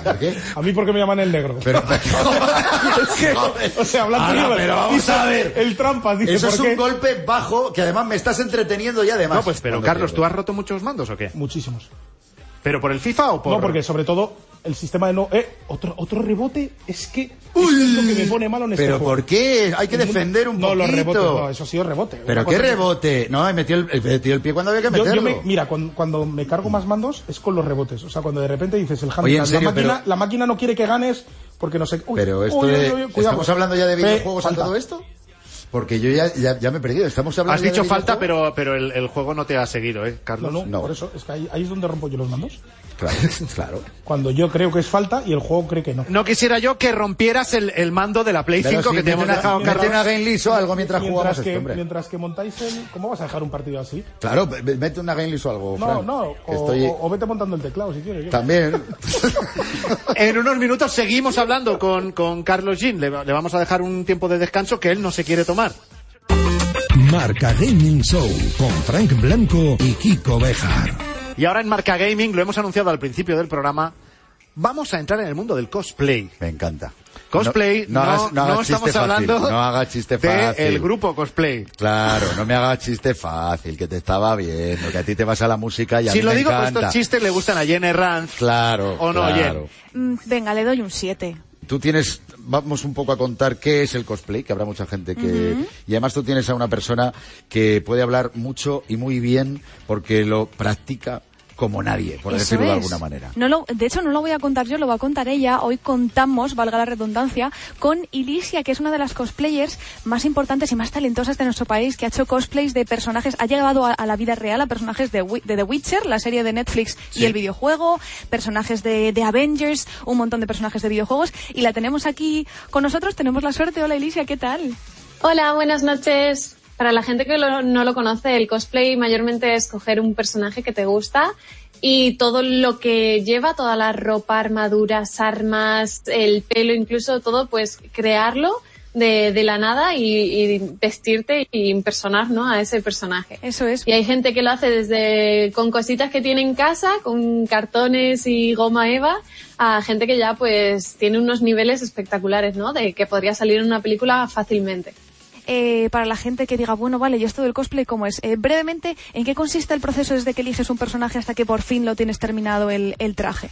¿Por qué?
A mí porque me llaman el negro.
Pero,
Es que, o sea, hablando
Ahora,
yo,
pero vamos
dice,
a ver.
El trampas, dice,
Eso
¿por
es
qué?
un golpe bajo que además me estás entreteniendo y además.
No, pues, pero
Cuando
Carlos,
pierdo.
¿tú has roto muchos mandos o qué?
Muchísimos.
¿Pero por el FIFA o por...?
No, porque sobre todo el sistema de no... Eh, otro, otro rebote es que... esto es lo que me pone malo en este
Pero
juego.
¿por qué? Hay que defender un
no,
poquito.
los rebotes, no, eso ha sido rebote.
Pero
Una
qué
cosa que-
rebote. No, he metido el, he metido el pie cuando había que
Yo-
meterlo.
yo me- mira, cuando, cuando me cargo más mandos es con los rebotes. O sea, cuando de repente dices el handicap,
Oye, en serio,
la, máquina,
pero-
la máquina no quiere que ganes porque no sé. uy,
Pero esto
uy, uy,
de-
uy, cuidado.
¿Estamos hablando ya de
Fe,
videojuegos a
falta.
todo esto? Porque yo ya, ya, ya me he perdido. Estamos hablando
Has
ya de
dicho falta,
videojuegos?
pero, pero el, el juego no te ha seguido, ¿eh,
No,
Carlos?
no,
No.
por eso. Es que ahí, ahí es donde rompo yo los mandos.
Claro, claro.
Cuando yo creo que es falta y el juego cree que no.
No quisiera yo que rompieras el, el mando de la Play
Pero
5
sí,
que te hemos
mete una-
dejado,
mete
Carlos.
una game list o algo mientras, jugamos
mientras,
esto,
que,
hombre.
mientras que montáis el. ¿Cómo vas a dejar un partido así?
Claro, ve- ve- mete una game list o algo,
No,
Oh, Fran,
no. O,
que estoy...
o- o vete montando el teclado si quieres. yo.
También.
En unos minutos seguimos hablando con, con Carlos Jean. Le, va- le vamos a dejar un tiempo de descanso que él no se quiere tomar.
Marca Gaming Show con Frank Blanco y Kiko Bejar.
Y ahora en Marca Gaming, lo hemos anunciado al principio del programa, vamos a entrar en el mundo del cosplay.
Me encanta.
Cosplay, no,
hagas-
no
hagas chiste
estamos
fácil,
hablando
No hagas chiste
de
fácil.
el grupo cosplay.
Claro, no me hagas chiste fácil, que te estaba viendo, que a ti te vas a la música y a
Si
mí
lo
me
digo, pues
encanta.
estos chistes le gustan a Jenny Ranz.
Claro,
O no,
claro.
Jen.
Mm, venga, le doy un 7.
Tú tienes, vamos un poco a contar qué es el cosplay, que habrá mucha gente que... Y además tú tienes a una persona que puede hablar mucho y muy bien porque lo practica como nadie, por
Eso
decirlo de
es.
alguna manera.
No lo- de hecho, no lo voy a contar yo, lo va a contar ella. Hoy contamos, valga la redundancia, con Ilicia, que es una de las cosplayers más importantes y más talentosas de nuestro país, que ha hecho cosplays de personajes, ha llegado a, a la vida real a personajes de, Wi- de The Witcher, la serie de Netflix y el videojuego, personajes de, de Avengers, un montón de personajes de videojuegos, y la tenemos aquí con nosotros. Tenemos la suerte. Hola, Ilicia, ¿qué tal?
Hola, buenas noches. Para la gente que lo- no lo conoce, el cosplay mayormente es coger un personaje que te gusta y todo lo que lleva, toda la ropa, armaduras, armas, el pelo, incluso todo, pues crearlo de, de la nada y, y vestirte y impersonar ¿no? a ese personaje.
Eso es.
Y hay gente que lo hace desde con cositas que tiene en casa, con cartones y goma eva, a gente que ya pues tiene unos niveles espectaculares, ¿no? De que podría salir en una película fácilmente.
eh, para la gente que diga, bueno, vale, yo esto del cosplay, ¿cómo es? Eh, brevemente, ¿en qué consiste el proceso desde que eliges un personaje hasta que por fin lo tienes terminado el, el traje?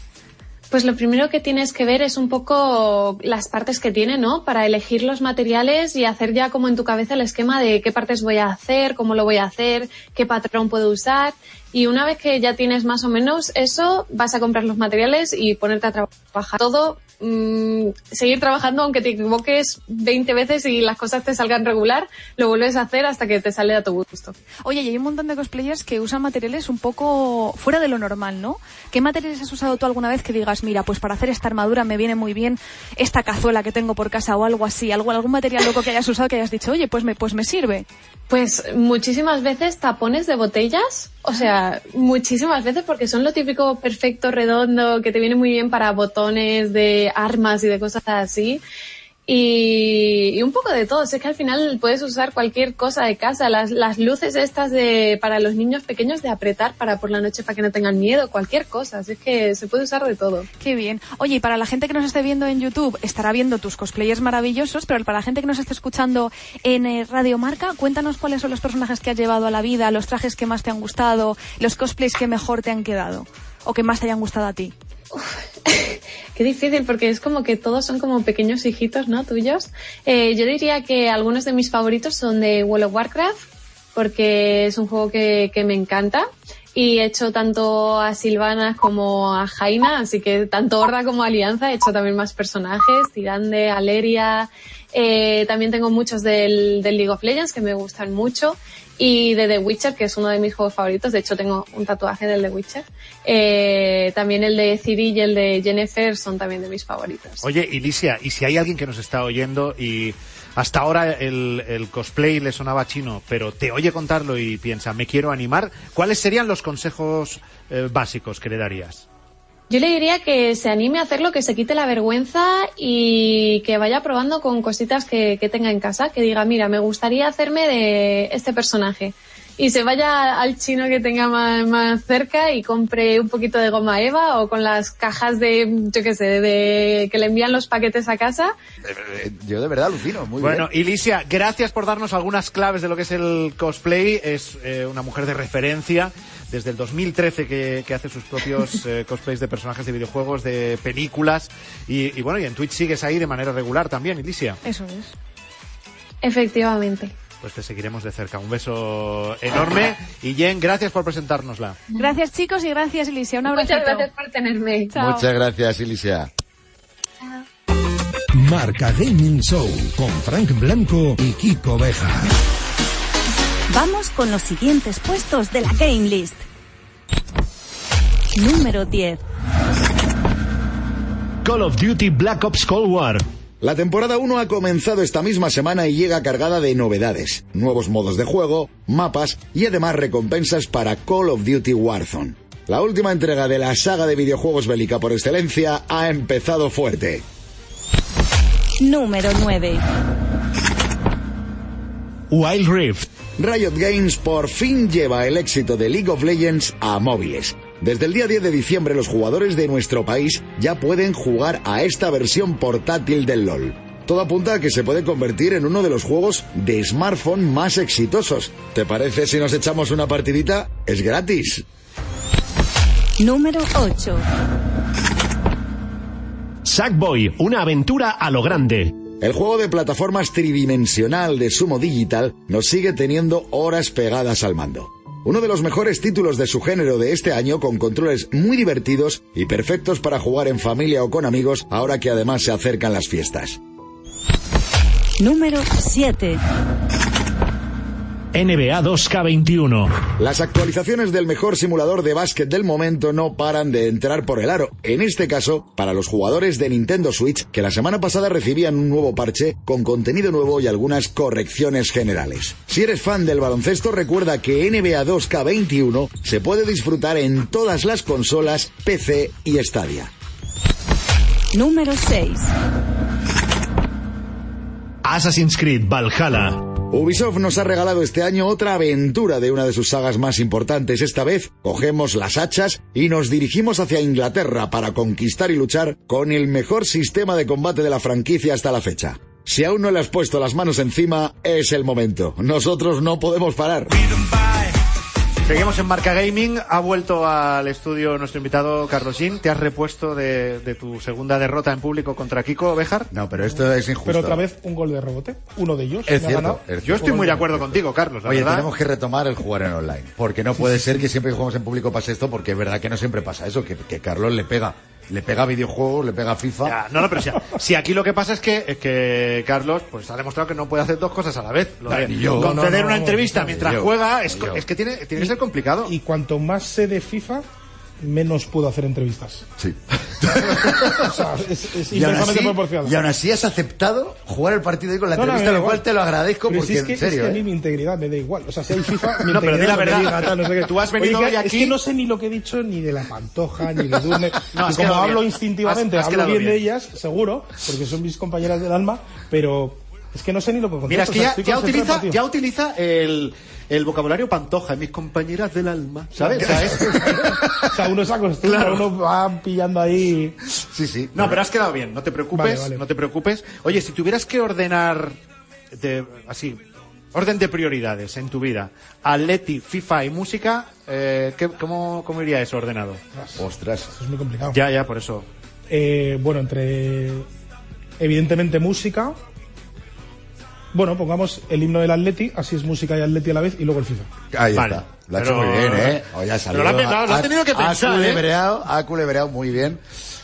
Pues lo primero que tienes que ver es un poco las partes que tiene, ¿no? Para elegir los materiales y hacer ya como en tu cabeza el esquema de qué partes voy a hacer, cómo lo voy a hacer, qué patrón puedo usar. Y una vez que ya tienes más o menos eso, vas a comprar los materiales y ponerte a trabajar. Todo, mm, seguir trabajando aunque te equivoques 20 veces y las cosas te salgan regular, lo vuelves a hacer hasta que te sale a tu gusto.
Oye, y hay un montón de cosplayers que usan materiales un poco fuera de lo normal, ¿no? ¿Qué materiales has usado tú alguna vez que digas, mira, pues para hacer esta armadura me viene muy bien esta cazuela que tengo por casa o algo así, algo, algún material loco que hayas usado que hayas dicho, oye, pues me, pues me sirve?
Pues muchísimas veces tapones de botellas O sea, muchísimas veces porque son lo típico perfecto, redondo, que te viene muy bien para botones de armas y de cosas así. Y, y un poco de todo. Si es que al final puedes usar cualquier cosa de casa. Las, las luces estas de, para los niños pequeños de apretar para por la noche para que no tengan miedo. Cualquier cosa. Si es que se puede usar de todo.
Qué bien. Oye, y para la gente que nos esté viendo en YouTube, estará viendo tus cosplayers maravillosos, pero para la gente que nos esté escuchando en eh, Radio Marca, cuéntanos cuáles son los personajes que has llevado a la vida, los trajes que más te han gustado, los cosplays que mejor te han quedado o que más te hayan gustado a ti.
Qué difícil, porque es como que todos son como pequeños hijitos, ¿no? Tuyos. Eh, yo diría que algunos de mis favoritos son de World of Warcraft, porque es un juego que, que me encanta. Y he hecho tanto a Silvana como a Jaina, así que tanto Horda como Alianza he hecho también más personajes, Tirande, Aleria. Eh, también tengo muchos del, del League of Legends que me gustan mucho y de The Witcher, que es uno de mis juegos favoritos. De hecho, tengo un tatuaje del The Witcher. Eh, también el de Ciri y el de Jennifer son también de mis favoritos.
Oye, Ilicia, y si hay alguien que nos está oyendo y hasta ahora el, el cosplay le sonaba chino, pero te oye contarlo y piensa, me quiero animar, ¿cuáles serían los consejos eh, básicos que le darías?
Yo le diría que se anime a hacerlo, que se quite la vergüenza y que vaya probando con cositas que, que tenga en casa, que diga, mira, me gustaría hacerme de este personaje. Y se vaya al chino que tenga más, más cerca y compre un poquito de goma eva o con las cajas de, yo qué sé, de, que le envían los paquetes a casa.
Eh, Yo de verdad alucino, muy
bueno,
bien.
Ilicia, gracias por darnos algunas claves de lo que es el cosplay. Es eh, una mujer de referencia desde el 2013 que, que hace sus propios eh, cosplays de personajes de videojuegos, de películas. Y, y bueno, y en Twitch sigues ahí de manera regular también, Ilicia.
Eso es.
Efectivamente.
Pues te seguiremos de cerca. Un beso enorme. Y Jen, gracias por presentárnosla.
Gracias chicos y gracias Elisia. Un abrazo.
Muchas gracias por tenerme.
Chao.
Muchas gracias, Ilicia.
Marca Gaming Show con Frank Blanco y Kiko Beja.
Vamos con los siguientes puestos de la Game List. Número 10.
Call of Duty Black Ops Cold War.
La temporada 1 ha comenzado esta misma semana y llega cargada de novedades, nuevos modos de juego, mapas y además recompensas para Call of Duty Warzone. La última entrega de la saga de videojuegos bélica por excelencia ha empezado fuerte.
Número 9.
Wild Rift.
Riot Games por fin lleva el éxito de League of Legends a móviles. Desde el día 10 de diciembre los jugadores de nuestro país ya pueden jugar a esta versión portátil del LOL. Todo apunta a que se puede convertir en uno de los juegos de smartphone más exitosos. ¿Te parece si nos echamos una partidita? Es gratis.
Número 8.
Sackboy. Una aventura a lo grande.
El juego de plataformas tridimensional de Sumo Digital nos sigue teniendo horas pegadas al mando. Uno de los mejores títulos de su género de este año con controles muy divertidos y perfectos para jugar en familia o con amigos ahora que además se acercan las fiestas.
Número 7.
NBA 2K21.
Las actualizaciones del mejor simulador de básquet del momento no paran de entrar por el aro, en este caso para los jugadores de Nintendo Switch que la semana pasada recibían un nuevo parche con contenido nuevo y algunas correcciones generales. Si eres fan del baloncesto recuerda que NBA 2K21 se puede disfrutar en todas las consolas, PC y Stadia.
Número 6.
Assassin's Creed Valhalla.
Ubisoft nos ha regalado este año otra aventura de una de sus sagas más importantes. Esta vez cogemos las hachas y nos dirigimos hacia Inglaterra para conquistar y luchar con el mejor sistema de combate de la franquicia hasta la fecha. Si aún no le has puesto las manos encima, es el momento. Nosotros no podemos parar.
Seguimos en Marca Gaming. Ha vuelto al estudio nuestro invitado Carlos Jin. Te has repuesto de, de tu segunda derrota en público contra Kiko Bejar.
No, pero esto es injusto.
Pero otra vez un gol de rebote, uno de ellos.
Es
me ha
cierto,
ganado.
es
Yo estoy muy de acuerdo contigo, Carlos. La
Oye,
verdad.
tenemos que retomar el jugar en online, porque no puede ser que siempre que jugamos en público pase esto, porque es verdad que no siempre pasa eso, que, que Carlos le pega, le pega a videojuegos, le pega a FIFA.
Ya, no, no, pero si, si aquí lo que pasa es que, es que Carlos pues ha demostrado que no puede hacer dos cosas a la vez. Lo de
Ni yo.
conceder
No, no, no,
una entrevista
ni
mientras
yo,
juega
ni
es, co-
yo.
es que tiene, tiene que ser complicado.
Y cuanto más sé de FIFA, menos puedo hacer entrevistas.
Sí.
O sea, es, es
Y aún,
inversamente
así,
proporcional.
y aún así has aceptado jugar el partido hoy con la
No, no, me
entrevista,
da
lo cual
igual.
te lo agradezco
Pero
porque
si es que,
en serio.
es que a
¿eh?
mí mi integridad me da igual. O sea, si hay FIFA, mi
No, pero di
integridad
la
me
verdad.
diga, tal, no sé qué.
Tú has
Oye,
venido
que-
hoy
Es
aquí-
que no sé ni lo que he dicho ni de la pantoja, ni de Durne.
No, has
Y como
quedado
hablo
bien.
instintivamente,
Has- has
hablo
quedado
bien, de
bien.
ellas, seguro, porque son mis compañeras del alma, pero es que no sé ni lo que contesto.
Mira, es
O
que
sea,
ya,
estoy
ya
concentrado en
utiliza,
el
ya
partido.
utiliza el, el vocabulario pantoja, mis compañeras del alma, ¿sabes? O sea, es-
O sea, uno se acostumbra,
Claro.
uno va pillando ahí.
Sí, sí.
No, pero has quedado bien, no te preocupes,
Vale, vale.
no te preocupes. Oye, si tuvieras que ordenar de, así, orden de prioridades en tu vida, Atleti, FIFA y música, eh, ¿qué- cómo, ¿cómo iría eso ordenado?
Ostras.
Eso es muy complicado.
Ya, ya, por eso.
Eh, bueno, entre evidentemente música. Bueno, pongamos el himno del Atleti, así es música y Atleti a la vez, y luego el FIFA.
Ahí
Vale.
está. Lo ha
Pero-
hecho muy bien, ¿eh? Oye, ha
Pero
salido.
lo ha pensado, lo ha
ha-
tenido que pensar,
Ha
¿eh?
culebreado, ha culebreado muy bien.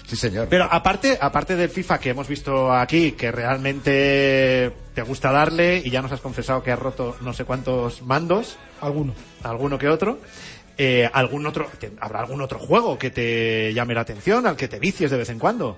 Sí, señor.
Pero aparte, aparte del FIFA que hemos visto aquí, que realmente te gusta darle y ya nos has confesado que has roto no sé cuántos mandos,
Alguno.
alguno que otro. eh, algún otro te- habrá algún otro juego que te llame la atención al que te vicies de vez en cuando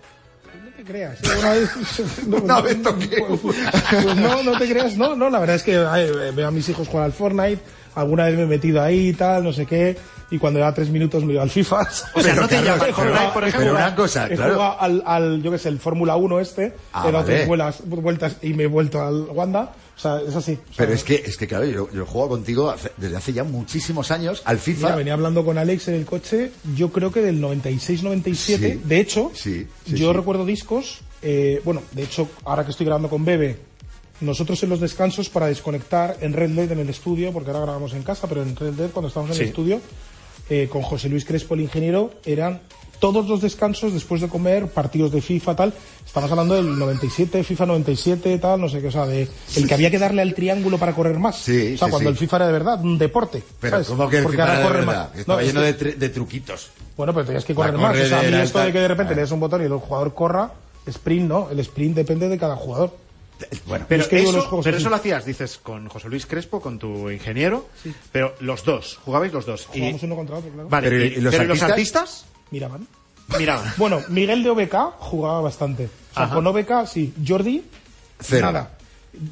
No te creas. ¿eh? Una vez- no,
Una vez toqué
pues- pues no, no te creas. No, no, la verdad es que ay, veo a mis hijos jugar al Fortnite. Alguna vez me he metido ahí y tal, no sé qué. Y cuando era tres minutos me iba al FIFA.
O sea, no te llama el Fortnite, por
pero
ejemplo.
una cosa,
He
claro.
jugado al, al, yo qué sé, el Fórmula 1 este.
Ah,
he dado
vale.
tres vuelas- vueltas y me he vuelto al Wanda. O sea, es así. O sea,
Pero es que, es que claro, yo, yo juego contigo hace- desde hace ya muchísimos años al FIFA.
Mira, venía hablando con Alex en el coche, yo creo que del 96-97.
Sí,
de hecho,
sí, sí,
yo
sí.
recuerdo discos. eh, bueno, de hecho, ahora que estoy grabando con Bebe, nosotros en los descansos para desconectar en Red Dead en el estudio, porque ahora grabamos en casa, pero en Red Dead cuando estábamos en
Sí.
el estudio, eh, con José Luis Crespo, el ingeniero, eran todos los descansos después de comer, partidos de FIFA, tal. Estamos hablando del 97, FIFA 97, tal, no sé qué, o sea, de el que había que darle al triángulo para correr más.
Sí,
o sea,
sí,
cuando
sí.
el FIFA era de verdad un deporte.
Pero
¿sabes?
como que el
Porque
FIFA
ahora
era de
corre
verdad,
más.
estaba
No, es
lleno
que-
de, tru- de truquitos.
Bueno, pero tenías que
La
correr más. O sea, a mí
corredera,
esto de que de
tal.
repente
Ah.
le des un botón y el jugador corra, sprint no, el sprint depende de cada jugador.
Bueno,
pero,
Es que digo los
eso,
juegos
pero
así.
eso lo hacías dices con José Luis Crespo con tu ingeniero pero los dos jugabais los dos Y-
Jugamos uno contra otro, claro.
vale
Pero, ¿y-
y-
y los
pero
artistas?
Miraban.
miraban
Bueno, Miguel de OBK jugaba bastante. O sea,
Ajá.
con OBK sí. Jordi,
Cero.
nada.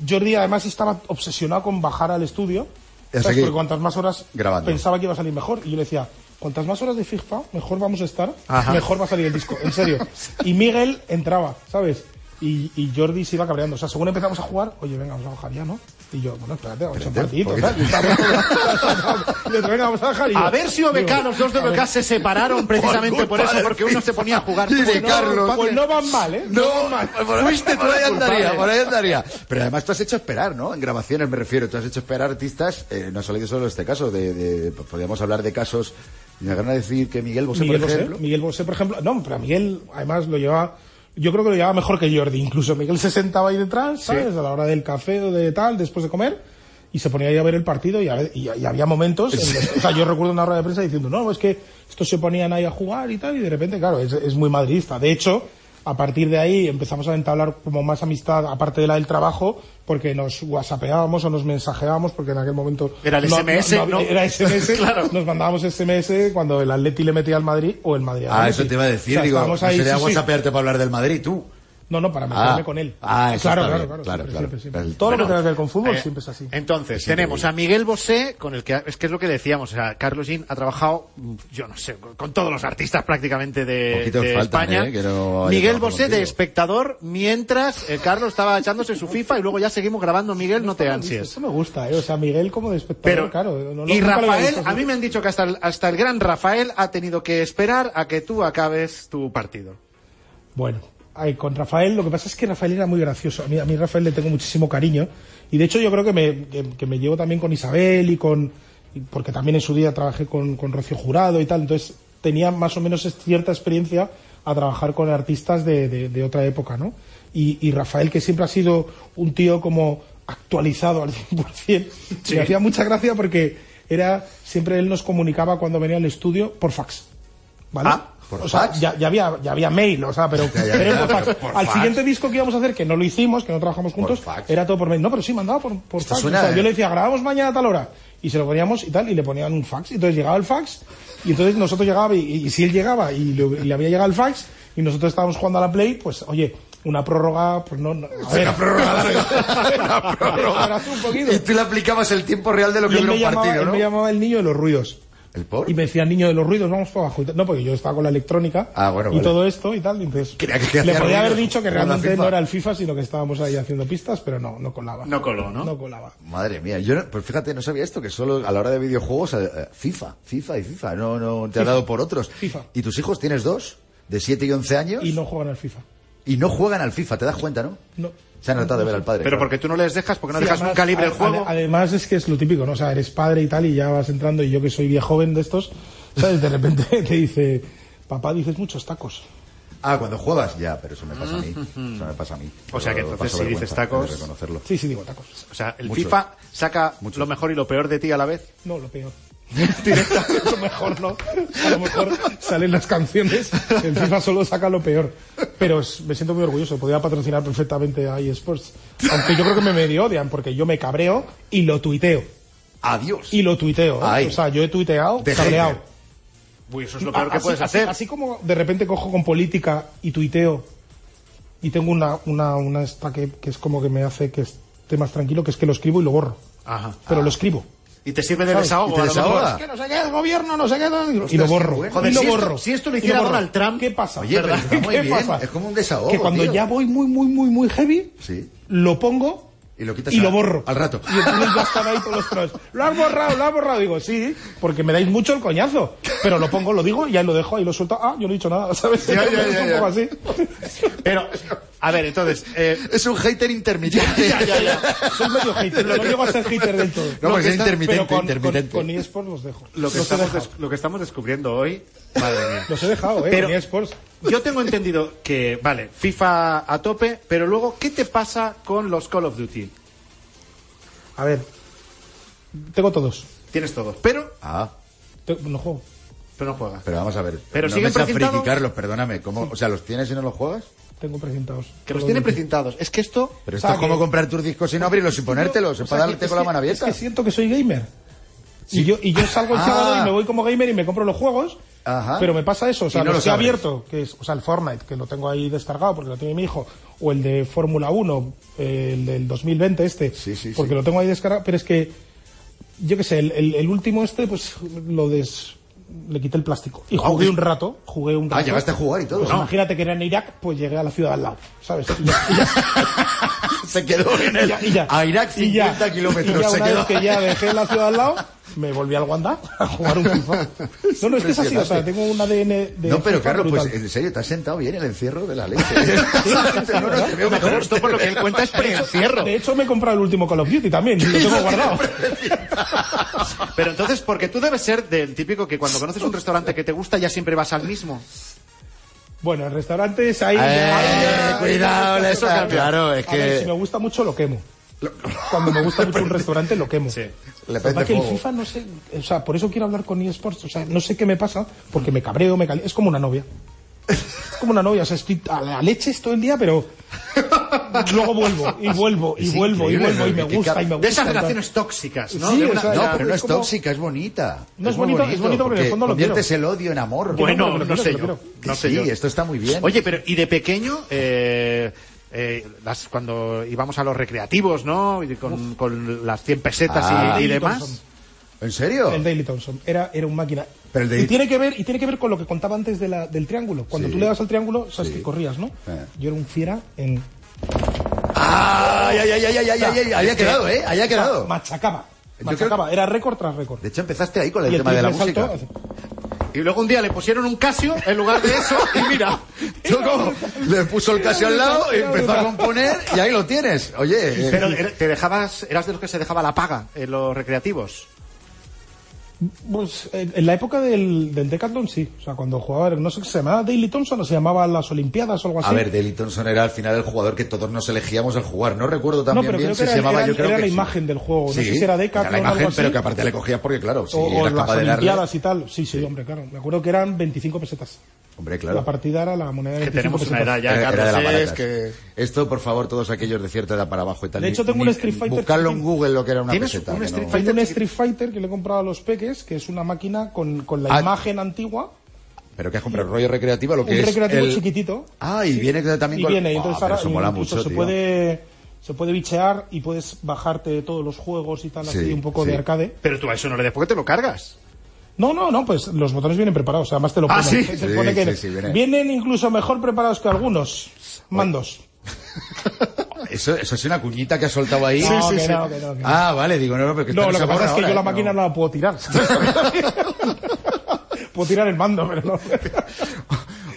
Jordi además estaba obsesionado con bajar al estudio.
Es
¿sabes?
aquí,
Porque cuantas más horas
grabando.
pensaba que iba a salir mejor. Y yo le decía, cuantas más horas de FIFA, mejor vamos a estar,
Ajá.
mejor va a salir el disco. En serio. Y Miguel entraba, ¿sabes? Y, y Jordi se iba cabreando. O sea, según empezamos a jugar, oye, venga, vamos a bajar ya, ¿no? Y yo, bueno, espérate, vamos a un
Espérate,
partidito.
porque-
tal. Y estábamos todos- Le digo, venga, vamos a bajar. y yo-
a ver si
digo,
OBK los dos de
a ver.
OBK se separaron precisamente por
culpa
eso
del
porque uno se ponía a jugar
Y de
Bueno,
Carlos.
Pues no van mal, ¿eh?
No, fuiste por ahí andaría,
culpable.
por ahí andaría. Pero además tú has hecho esperar, ¿no? En grabaciones me refiero, tú has hecho esperar artistas, eh, no ha salido solo este caso, de, de- podríamos hablar de casos, me van a decir que Miguel Bosé,
Miguel
por
Bosé,
ejemplo.
Miguel Bosé, por ejemplo. No, pero a Miguel, además, lo llevaba. Yo creo que lo llevaba mejor que Jordi. Incluso Miguel se sentaba ahí detrás, ¿sabes? A la hora del café o de tal, después de comer. Y se ponía ahí a ver el partido y, a- y- y había momentos. en los- o sea, yo recuerdo una rueda de prensa diciendo, no, es que estos se ponían ahí a jugar y tal. Y de repente, claro, es, es muy madridista. De hecho, a partir de ahí empezamos a entablar como más amistad, aparte de la del trabajo, porque nos whatsappeábamos o nos mensajeábamos, porque en aquel momento.
Era el SMS, ¿no?
había- Era SMS,
Claro.
nos mandábamos SMS cuando el Atleti le metía al Madrid o el Madrid al
Ah,
Atleti.
eso te iba a
O
decir,
sea,
digo,
estábamos ahí,
sería
sí, sí.
whatsappearte para hablar del Madrid, tú.
No, no, para meterme
Ah.
con él.
Ah, eso
claro, claro,
está bien,
claro,
claro,
siempre,
claro.
siempre, siempre.
El-
Todo lo
bueno,
que tenga que ver con fútbol
Eh,
siempre es así.
Entonces,
Es
tenemos
increíble.
a Miguel Bosé, con el que es que es lo que decíamos, o sea, Carlos In ha trabajado, mm, yo no sé, con todos los artistas prácticamente de,
Poquitos
de
faltan,
España.
eh, que no haya
Miguel
trabajado
Bosé de
contigo.
espectador, mientras eh, Carlos estaba echándose su FIFA y luego ya seguimos grabando Miguel, no te ansies.
Eso me gusta, ¿eh? O sea, Miguel como de espectador,
Pero,
claro. no- no-
y
nunca lo había
Rafael,
visto así.
a mí me han dicho que hasta el, hasta el gran Rafael ha tenido que esperar a que tú acabes tu partido.
Bueno, ay, con Rafael lo que pasa es que Rafael era muy gracioso. A mí, a mí Rafael le tengo muchísimo cariño. Y de hecho yo creo que me, que, que me llevo también con Isabel y con... y Porque también en su día trabajé con, con Rocío Jurado y tal. Entonces tenía más o menos es- cierta experiencia a trabajar con artistas de, de- de otra época, ¿no? Y, y Rafael, que siempre ha sido un tío como actualizado al 100%, me hacía mucha gracia porque era siempre él nos comunicaba cuando venía al estudio por fax. ¿Vale?
Ah, por
o sea,
fax.
ya, ya había, ya había mail, o sea, pero,
Ya, ya,
pero
ya,
por fax.
pero por
Al
fax.
siguiente disco que íbamos a hacer, que no lo hicimos, que no trabajamos juntos,
fax.
era todo por mail. No, pero sí, mandaba por, por
Esto
fax.
suena,
O sea,
eh.
yo le decía, grabamos mañana a tal hora. y se lo poníamos y tal, y le ponían un fax. Y entonces llegaba el fax, y entonces nosotros llegaba, y, y si él llegaba y le, y le había llegado el fax, y nosotros estábamos jugando a la Play, pues oye, una prórroga, pues no. no a ver,
Una prórroga larga. Una prórroga.
Hace un poquito.
Y tú le aplicabas el tiempo real de lo
Y
que
él
dura
me,
un
llamaba,
partido,
él
¿no?
me llamaba el niño de los ruidos.
¿El por?
Y me decía, niño de los ruidos, vamos para abajo. y tal. No, porque yo estaba con la electrónica
Ah, bueno,
y
vale.
todo esto y tal. y entonces,
Creía que hacía
le podía haber
ruidos
dicho que
con la
realmente
FIFA.
no era el FIFA, sino que estábamos ahí haciendo pistas, pero no, no colaba.
No coló, ¿no?
No colaba.
Madre mía, yo no- pues fíjate, no sabía esto, que solo a la hora de videojuegos, eh, eh, FIFA, FIFA y FIFA, no, no te ha dado por otros.
FIFA.
¿Y tus hijos tienes dos? De 7 y 11 años
Y no juegan al FIFA.
y no juegan al FIFA, ¿te das cuenta, no?
No.
Se ha notado de ver al padre.
Pero
claro.
porque tú no les dejas, porque no
Sí,
dejas
además,
nunca libre el
a-
juego.
ade- además es que es lo típico, ¿no? O sea, eres padre y tal y ya vas entrando y yo que soy bien joven de estos, ¿sabes? De repente te dice, papá, dices muchos tacos.
Ah, cuando juegas, ya, pero eso me pasa a mí. Eso me pasa a mí.
O sea que
Pero
entonces
paso
si dices
vergüenza de
tacos-
reconocerlo.
Sí, sí, digo tacos.
O sea, el
Mucho.
FIFA saca lo mejor y lo peor de ti a la vez.
No, lo peor. a lo mejor no. A lo mejor salen las canciones. El FIFA solo saca lo peor. Pero es- me siento muy orgulloso. Podría patrocinar perfectamente a eSports. Aunque yo creo que me medio odian porque yo me cabreo y lo tuiteo.
Adiós.
Y lo tuiteo. ¿eh?
Ay.
O sea, yo he tuiteado,
De
cabreado.
hater.
Uy, eso es lo peor que
Así-
puedes
así-
hacer.
Así como de repente cojo con política y tuiteo y tengo una, una, una esta que, que es como que me hace que esté más tranquilo, que es que lo escribo y lo borro.
Ajá.
Pero
Ah.
lo escribo.
Y te sirve de
¿Sabes?
desahogo.
Y te
a lo mejor.
desahoga.
Es que no sé qué, el gobierno, no sé qué, no- y
Ostras,
lo borro.
qué bueno.
y
Joder,
lo
si esto-
borro.
si esto lo
Y
hiciera
borro.
Donald Trump,
¿qué pasa?
Oye, pero está muy
¿Qué
bien,
pasa?
es como un desahogo,
Que cuando
tío.
ya voy muy, muy, muy, muy heavy,
Sí.
lo pongo
Y lo quitas
y
a-
lo borro.
al rato.
Y entonces ya están ahí todos los trolls. Lo has borrado, lo has borrado. Digo, sí, porque me dais mucho el coñazo. Pero lo pongo, lo digo y ahí lo dejo, ahí lo suelto. Ah, yo no he dicho nada, ¿sabes?
Ya, ya,
es
ya,
un
ya.
poco así.
Pero, a ver, entonces, eh,
Es un hater intermitente.
Soy medio hater, no llego a ser hater del todo.
No, pues
que
es
está-
Pero
intermitente,
con,
intermitente.
con, con eSports los dejo.
lo, que
Los he
estamos
dejado.
des- lo que estamos descubriendo hoy, madre mía.
Los he dejado, eh,
Pero-
con eSports.
Yo tengo entendido que, vale, FIFA a tope, pero luego, ¿qué te pasa con los Call of Duty?
A ver, tengo todos.
Tienes todos, pero,
Ah,
Te- No juego.
pero no juegas.
pero vamos a ver.
Pero
no
siguen
me seas friki,
precintado.
Carlos, perdóname. ¿cómo? O sea, ¿los tienes y no los juegas?
Tengo precintados.
Que los
Todo
tiene
lo que-
precintados. Es que esto,
Pero
O
esto
sea,
es como
que-
comprar tus discos y no abrirlos y ponértelos,
Yo- o
es
sea,
para darte
es
con la
que-
mano abierta.
Es que siento que soy gamer. Y, yo, y yo salgo el
Ah.
sábado y me voy como gamer y me compro los juegos.
Ajá.
Pero me pasa eso. O sea,
Y no
los
los
que he
abres.
abierto, que es, o sea, el Fortnite, que lo tengo ahí descargado porque lo tiene mi hijo, o el de Fórmula 1, eh, el del 2020 este,
Sí, sí, sí.
porque lo tengo ahí descargado, pero es que, yo qué sé, el, el- el último este, pues lo des... Le quité el plástico. Y jugué un rato, jugué un
Ah,
rato.
llegaste a jugar y todo,
Pues
¿no?
Imagínate que era en Irak, pues llegué a la ciudad al lado, ¿sabes? Y ya- y ya-
se quedó en
y
el.
ya, y ya.
A Irak
Y ya.
50
Y ya
kilómetros. Se
una
quedó.
vez que ya dejé la ciudad al lado, me volví al Wanda a jugar un FIFA. No, no, es que es así, o sea, tengo un ADN de
No, pero
FIFA
Carlos, pues
brutal.
en serio, te has sentado bien el encierro de la leche. no, no,
¿verdad?
te veo mejor.
esto por lo que él cuenta es pre-encierro.
De hecho, me he comprado el último Call of Duty también, lo tengo guardado.
Pero entonces, porque tú debes ser del típico que cuando conoces un restaurante que te gusta ya siempre vas al mismo.
Bueno, en restaurantes ahí...
Eh, cuidado, eso
A ver,
claro, es
a ver,
que-
si me gusta mucho, lo quemo. Cuando me gusta mucho un restaurante, lo quemo.
Le
Lo que pasa
prende
es que el
fuego.
FIFA no sé, o sea, por eso quiero hablar con eSports, o sea, no sé qué me pasa, porque me cabreo, me caliento, es como una novia. Es como una novia, o sea, estoy a la leche todo el día, pero luego vuelvo, y vuelvo, y
Es
vuelvo, y
increíble,
vuelvo, y me
¿no? Que
gusta, y me gusta.
De esas
y tal.
relaciones tóxicas, ¿no?
Sí,
De
o
una-
sea,
No,
ya,
pero no
es
es
como-
tóxica, es bonita.
No, es bonito, es bonito, porque en el fondo lo
conviertes
quiero.
el odio en amor.
Yo
Bueno,
no, pero
no
no
sé
lo
yo.
creo.
Que
No sé
sí,
yo.
esto está muy bien.
Oye, pero ¿y de pequeño? eh, eh, las, cuando íbamos a los recreativos, ¿no? Y con, con las 100 pesetas y-
Ah.
y,
Thompson.
demás.
¿En serio?
El Daily Thompson era, era un máquina.
Pero el Daily-
y, tiene que ver, y tiene que ver con lo que contaba antes de la- del triángulo. Cuando
Sí.
tú le das al triángulo, sabes
Sí.
que corrías, ¿no?
Eh.
Yo era un fiera en. Ah,
Ay, ay, ay, ay, ay, ay, ay, ay, había quedado, ¿eh? Había quedado.
Machacaba.
Yo
Machacaba. Era récord tras récord.
De hecho, empezaste ahí con el,
Y
tema de la
triple salto,
música.
así.
Y luego un día le pusieron un Casio en lugar de eso y mira.
Chocó, le puso el casio al lado, y empezó a componer y ahí lo tienes. Oye, eh,
Pero era- te dejabas, eras de los que se dejaba la paga en los recreativos.
Pues en, en la época del, del Decathlon sí, o sea, cuando jugaba, no sé qué se llamaba Daily Thompson o se llamaba las Olimpiadas o algo así.
a ver, Daley Thompson era al final el jugador que todos nos elegíamos al jugar. No recuerdo
no,
también
pero
bien
creo
si
que era,
se llamaba,
era-
yo creo
era
que
la
sí.
imagen del juego, no
Sí,
sé si era
era
Decathlon o
la
algo
imagen,
así.
pero que aparte le cogías porque, claro, si
o, o
eras
las
capaz de darle...
Olimpiadas y tal. Sí, sí, hombre, claro. Me acuerdo que eran 25 pesetas.
Hombre, claro.
La partida era la moneda de
Que tenemos
25
una edad ya,
Era- era de
Carlos,
la
es
Baracas.
que...
Esto, por favor, todos aquellos de cierta edad para abajo y tal.
De
ni-
hecho, tengo
ni-
un Street Fighter
Buscarlo en
chiquitín.
Google lo que era una
¿Tienes
peseta.
un
que
Street
no-
Fighter Tengo un Street Fighter que le he comprado a los peques, que es una máquina con, con la
Ah.
imagen antigua,
Pero que has comprado rollo recreativo, lo que
un
es.
recreativo
el-
chiquitito.
Ah, y viene también
Y
con.
viene, y
Ah,
entonces
pero
ahora
eso mola
incluso
mucho,
se
tío.
puede se puede bichear y puedes bajarte todos los juegos y tal,
Sí,
así un poco
sí.
de arcade.
Pero tú a eso no le des porque te lo cargas.
No, no, no, pues los botones vienen preparados, además te lo
Ah,
ponen.
¿sí?
Se
Sí,
supone que
sí, sí, viene.
Vienen incluso mejor preparados que algunos mandos.
Eso, eso es una cuñita que has soltado ahí.
No, Sí, sí, que sí. no, que no, que no.
Ah, vale, digo, no, no, pero que
No,
está
lo que
esa
pasa
barra
es que
ahora,
yo la
¿eh?
máquina no. la puedo tirar. puedo tirar el mando, pero no.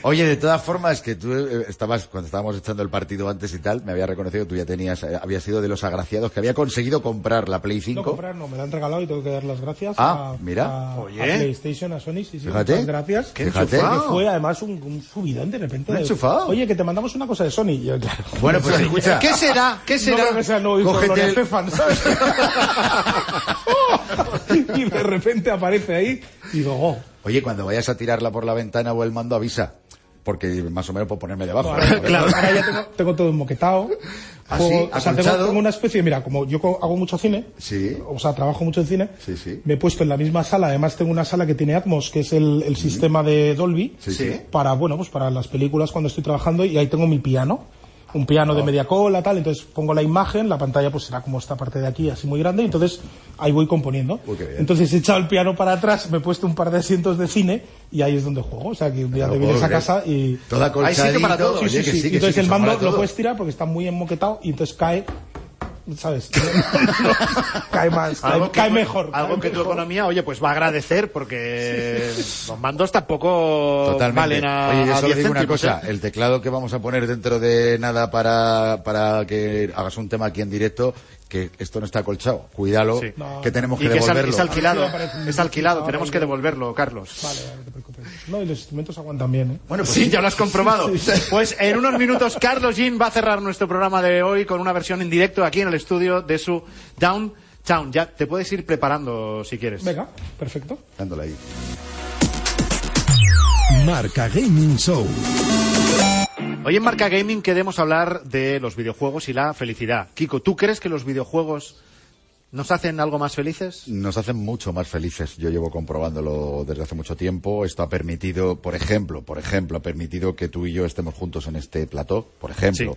Oye, de todas formas, que tú eh, estabas, cuando estábamos echando el partido antes y tal, me había reconocido que tú ya tenías, eh, habías sido de los agraciados que había conseguido comprar la Play 5.
No comprar, no, me la han regalado y tengo que dar las gracias
Ah,
a,
mira.
a-
Oye.
a PlayStation, a Sony, sí, sí,
Fíjate.
muchas gracias.
Qué Fíjate. enchufado.
Porque fue además un, un subidón de repente.
Me he
de-
enchufado.
Oye, que te mandamos una cosa de Sony. Y yo, claro.
Bueno, pues escucha.
¿Qué será? ¿Qué
No
será?
creo que sea el nuevo hijo de
Cógete
Gloria
el-
Estefan, ¿sabes? y de repente aparece ahí y digo, oh,
Oye, cuando vayas a tirarla por la ventana o el mando, avisa. Porque más o menos por ponerme debajo.
ahora,
¿eh?
ahora ya tengo, tengo todo enmoquetado.
¿Ah,
Juego-
sí?
o sea, tengo,
¿Acolchado?
tengo una especie, mira, como yo co- hago mucho cine,
Sí.
o sea, trabajo mucho en cine,
Sí, sí.
me he puesto en la misma sala, además tengo una sala que tiene Atmos, que es el, el sistema de Dolby,
Sí, sí.
para, bueno, pues para las películas cuando estoy trabajando y ahí tengo mi piano, un piano
Ah.
de media cola, tal, entonces pongo la imagen, la pantalla pues será como esta parte de aquí, así muy grande, y entonces ahí voy componiendo.
Uy, qué bien.
entonces he echado el piano para atrás, me he puesto un par de asientos de cine y ahí es donde juego, o sea, que un día
No
te
lo
vienes
puedo
a
creer.
casa y...
Toda
Hay sitio para todo,
Sí, sí, sí. entonces el mando lo puedes tirar porque está muy enmoquetado y entonces cae, ¿sabes? cae más, cae,
Algo que
cae
tu-
mejor.
Algo
cae
que tu
mejor.
economía, oye, pues va a agradecer porque los mandos tampoco
Totalmente.
valen a.
Oye, yo
a
solo
10
digo una
céntimos,
cosa.
¿eh?
El teclado que vamos a poner dentro de nada para, para que hagas un tema aquí en directo, que esto no está colchado. Cuídalo,
Sí.
No.
que tenemos que
Y que es, al-
devolverlo.
es alquilado,
Ah, sí, aparece un-
es alquilado,
Ah,
tenemos
vale.
que devolverlo, Carlos.
Vale, vale, no te preocupes. No, y los instrumentos aguantan bien, ¿eh?
Bueno, pues
sí, ya lo has comprobado.
Sí, sí.
Pues en unos minutos Carlos Jean va a cerrar nuestro programa de hoy con una versión en directo aquí en el estudio de su Downtown. Ya te puedes ir preparando si quieres.
Venga, perfecto.
dándole ahí.
Marca Gaming Show.
Hoy en Marca Gaming queremos hablar de los videojuegos y la felicidad. Kiko, ¿tú crees que los videojuegos nos hacen algo más felices?
nos hacen mucho más felices. Yo llevo comprobándolo desde hace mucho tiempo. Esto ha permitido, por ejemplo, por ejemplo, ha permitido que tú y yo estemos juntos en este plató, por ejemplo.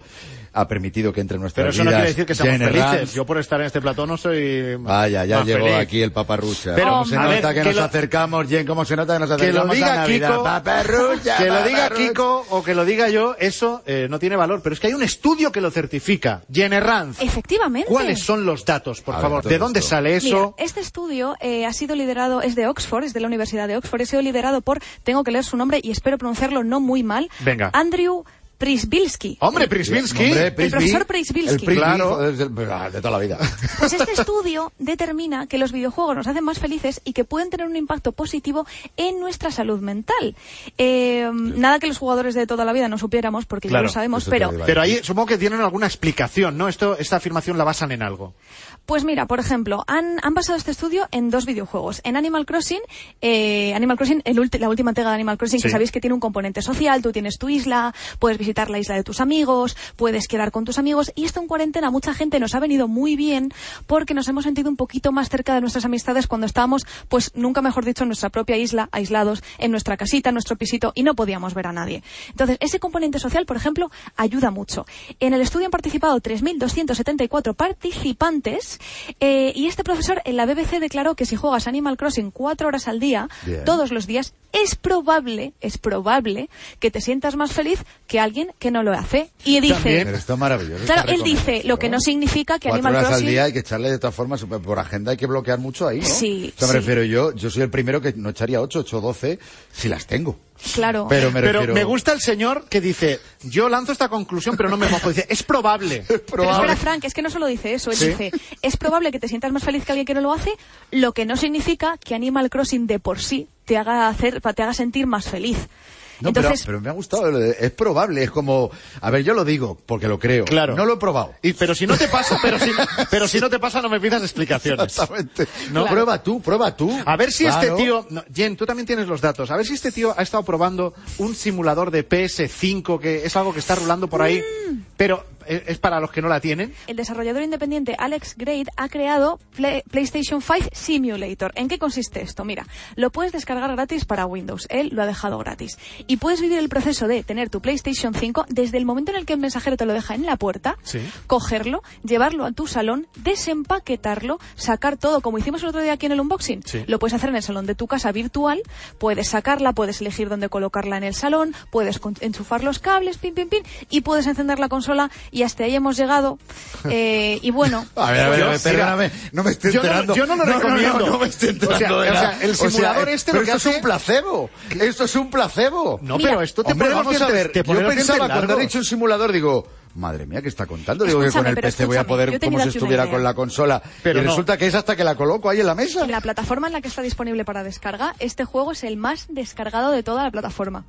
Ha permitido que entre en nuestras
Pero eso no
vidas
quiere decir que seamos
Jenner
felices.
Rams.
Yo por estar en este platón no soy más-
Vaya, Ah, ya
más
llegó
feliz.
aquí el paparrucha.
Pero,
¿Cómo se
Oh, a
nota
ver,
que,
que
nos
lo-
acercamos, Jen? ¿Cómo se nota que nos
Que lo
acercamos a
diga
Navidad?
Kiko,
¡Paparrucha!
que lo diga
paparrucha!
Kiko o que lo diga yo, eso eh, no tiene valor. Pero es que hay un estudio que lo certifica. Jenner Ranz,
Efectivamente.
¿cuáles son los datos, por
A ver,
favor?
todo
¿De dónde
esto.
sale eso?
Mira, este estudio eh, ha sido liderado, es de Oxford, es de la Universidad de Oxford, ha sido liderado por, tengo que leer su nombre y espero pronunciarlo no muy mal,
Venga.
Andrew Prisbilski.
Hombre, Prisbilski.
Hombre, Prisby,
profesor Prisbilski.
El Prisby,
Claro.
joder, es el- ah, de toda la vida.
Pues este estudio determina que los videojuegos nos hacen más felices y que pueden tener un impacto positivo en nuestra salud mental. Eh, Nada que los jugadores de toda la vida no supiéramos, porque
Claro,
ya lo sabemos,
eso te
pero
iba a
Pero ahí supongo que tienen alguna explicación, ¿no? Esto, esta afirmación la basan en algo.
Pues mira, por ejemplo, han, han basado este estudio en dos videojuegos. En Animal Crossing, eh, Animal Crossing, el ulti- la última entrega de Animal Crossing, que
Sí.
sabéis que tiene un componente social, tú tienes tu isla, puedes visitar la isla de tus amigos, puedes quedar con tus amigos, y esto en cuarentena a mucha gente nos ha venido muy bien porque nos hemos sentido un poquito más cerca de nuestras amistades cuando estábamos, pues nunca mejor dicho, en nuestra propia isla, aislados, en nuestra casita, en nuestro pisito, y no podíamos ver a nadie. Entonces, ese componente social, por ejemplo, ayuda mucho. En el estudio han participado 3.274 participantes eh, y este profesor en la BBC declaró que si juegas Animal Crossing cuatro horas al día,
Bien.
todos los días, es probable, es probable que te sientas más feliz que alguien que no lo hace. Y dice...
Pero esto es maravilloso.
Claro,
esta
él dice, lo que
recomendación.
no significa que
Cuatro
Animal
horas
Crossing...
al día hay que echarle de todas formas, por agenda hay que bloquear mucho ahí, ¿no?
Sí,
O sea, me
sí.
refiero yo, yo soy el primero que no echaría 8, 8, 12 si las tengo.
Claro.
Pero me
Pero
refiero...
me gusta el señor que dice, yo lanzo esta conclusión, pero no me mojo. Dice, es probable.
Pero espera, Frank, es que no solo dice eso, él
Sí.
dice, es probable que te sientas más feliz que alguien que no lo hace, lo que no significa que Animal Crossing de por sí te haga hacer, te haga sentir más feliz.
No,
Entonces,
pero, pero me ha gustado. Es probable, es como. A ver, yo lo digo porque lo creo.
Claro.
No lo he probado.
Y- pero si no te pasa, pero si, pero si no te pasa, no me pidas explicaciones.
Exactamente.
No.
Prueba tú, prueba tú.
A ver si
Claro.
este tío, no, Jen, tú también tienes los datos. A ver si este tío ha estado probando un simulador de PS5 que es algo que está rulando por ahí, pero eh, es para los que no la tienen.
El desarrollador independiente Alex Grade ha creado Play- PlayStation 5 Simulator. ¿En qué consiste esto? Mira, lo puedes descargar gratis para Windows. Él lo ha dejado gratis. Y puedes vivir el proceso de tener tu PlayStation 5 desde el momento en el que el mensajero te lo deja en la puerta,
Sí.
cogerlo, llevarlo a tu salón, desempaquetarlo, sacar todo, como hicimos el otro día aquí en el unboxing.
Sí.
Lo puedes hacer en el salón de tu casa virtual, puedes sacarla, puedes elegir dónde colocarla en el salón, puedes con- enchufar los cables, pin, pin, pin, y puedes encender la consola y hasta ahí hemos llegado. Eh, y bueno,
A ver, a ver,
Yo-
a ver, perdóname, no me estoy
yo no lo-
enterando.
yo no lo recomiendo.
No, no me estoy
O sea,
enterando
o
de nada.
sea, el simulador
eh,
este
pero
lo que
esto es
hace-
un placebo. Esto es un placebo.
No,
Mira.
pero esto te
Hombre,
pone los
vamos a
dientes-
ver.
te pone
Yo
los dientes
pensaba, cuando
largos.
he dicho un simulador, digo, madre mía, ¿qué está contando? Digo que con
Escúchame,
el
pero
PC voy a
escúchame, yo
poder
te he
como
dado
si
aquí una
estuviera
idea.
con la consola.
Pero
y
no.
resulta que es hasta que la coloco ahí en la mesa.
en la plataforma en la que está disponible para descarga, este juego es el más descargado de toda la plataforma.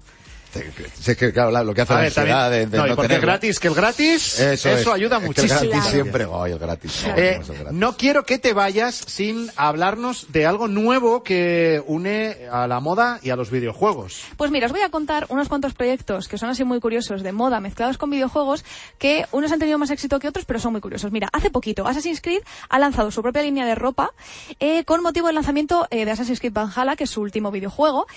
Si es que, claro, la- lo que hace
A
la
ver,
ansiedad
también-
de, de
no,
no,
y porque es
tenerla.
gratis, que el gratis, eso,
Eso, es.
ayuda
Es que
muchísimo.
El gratis
Claro.
siempre. Ay, el gratis.
Eh,
no, no es el gratis.
no quiero que te vayas sin hablarnos de algo nuevo que une a la moda y a los videojuegos.
Pues mira, os voy a contar unos cuantos proyectos que son así muy curiosos de moda mezclados con videojuegos que unos han tenido más éxito que otros, pero son muy curiosos. Mira, hace poquito Assassin's Creed ha lanzado su propia línea de ropa eh, con motivo del lanzamiento eh, de Assassin's Creed Valhalla, que es su último videojuego.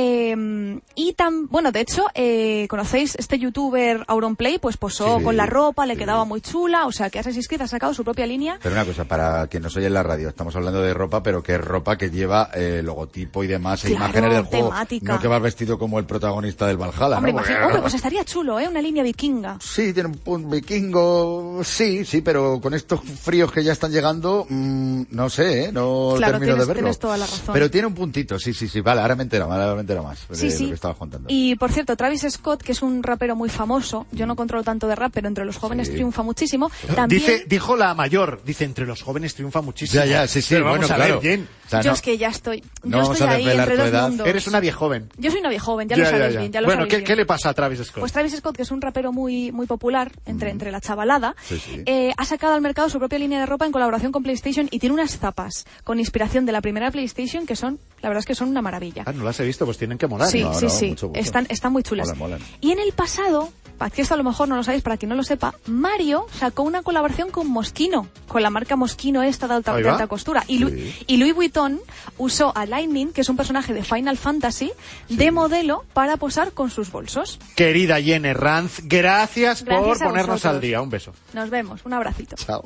Eh, y tan, bueno, de hecho, eh, conocéis este youtuber Auronplay, pues posó
Sí,
con la ropa, le
sí.
quedaba muy chula, o sea que Assassin's Creed ha sacado su propia línea
Pero una cosa, para quien nos oye en la radio, estamos hablando de ropa, pero que es ropa que lleva eh, logotipo y demás, e
Claro,
imágenes del juego.
temática.
No que vas vestido como el protagonista del Valhalla.
Hombre,
¿no?
imagina- hombre, pues estaría chulo, ¿eh? Una línea vikinga.
Sí, tiene un punto vikingo, sí, sí, pero con estos fríos que ya están llegando, mm, no sé, ¿eh? no
Claro,
termino
tienes-
de verlo.
tienes toda la razón.
Pero tiene un puntito, sí, sí, sí, vale, ahora me entero, ahora me entero más
Sí,
de
sí.
lo que estabas contando.
Y por cierto, Travis Scott, que es un rapero muy famoso, yo no controlo tanto de rap, pero entre los jóvenes
Sí.
triunfa muchísimo. También,
Dice, dijo la mayor, dice, entre los jóvenes triunfa muchísimo.
Ya, ya, sí, sí,
Pero vamos
bueno,
a ver,
claro.
Jen,
O sea,
yo
no-
es que ya estoy,
no
yo
vamos
estoy
a
ahí
desvelar
entre
tu
dos
edad.
mundos.
eres una vieja joven.
Yo soy una vieja joven, ya lo sabéis bien, ya lo
bueno,
sabéis
¿qué,
bien.
qué le pasa a Travis Scott?
Pues Travis Scott, que es un rapero muy, muy popular entre, entre la chavalada,
Mm. Sí, sí.
eh, ha sacado al mercado su propia línea de ropa en colaboración con PlayStation y tiene unas zapas con inspiración de la primera PlayStation que son, la verdad es que son una maravilla.
Ah, no las he visto, pues tienen que molar.
Sí,
No,
sí,
no,
sí.
mucho gusto.
Están, están muy chulas.
Molan, molan.
Y en el pasado, para que esto a lo mejor no lo sabéis, para quien no lo sepa, Mario sacó una colaboración con Moschino, con la marca Moschino esta de alta,
Ahí
de
va.
alta costura. Y, Lu-
Sí.
y Louis Vuitton usó a Lightning, que es un personaje de Final Fantasy, de modelo para posar con sus bolsos.
Querida Jen Herranz, gracias, por
Gracias a
ponernos
vosotros.
al día. Un beso.
Nos vemos, un abracito.
Chao.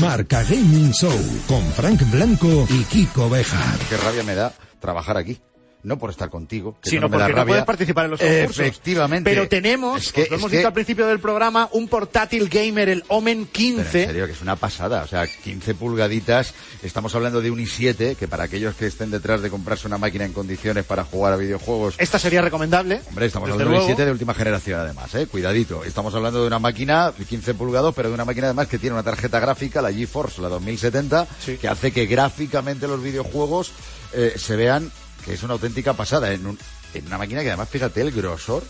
Marca Gaming Show con Frank Blanco y Kiko Bejar.
Qué rabia me da trabajar aquí. No por estar contigo, que
Sí,
eso
no,
me da
porque no
rabia.
puedes participar en los concursos.
Efectivamente.
Pero tenemos,
Es que-
os lo hemos
es que-
dicho al principio del programa, un portátil gamer, el Omen
Pero
15.
en serio, que es una pasada. O sea, 15 pulgaditas. Estamos hablando de un i7, que para aquellos que estén detrás de comprarse una máquina en condiciones para jugar a videojuegos.
Esta sería recomendable.
Hombre, estamos
desde
hablando de un
luego.
i7 de última generación, además, ¿eh? Cuidadito. Estamos hablando de una máquina de 15 pulgados, pero de una máquina, además, que tiene una tarjeta gráfica, la GeForce, la 2070,
Sí.
que hace que gráficamente los videojuegos eh, se vean que es una auténtica pasada. En, un- en una máquina que, además, fíjate, el grosor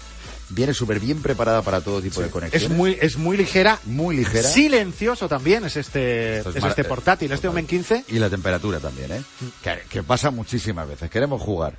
viene súper bien preparada para todo tipo de conexiones.
Es muy, es muy ligera.
muy ligera.
Silencioso también es este,
Esto es
es
mar- eh,
este portátil, este Omen 15.
Y la temperatura también, ¿eh?
Mm.
Que, que pasa muchísimas veces. Queremos jugar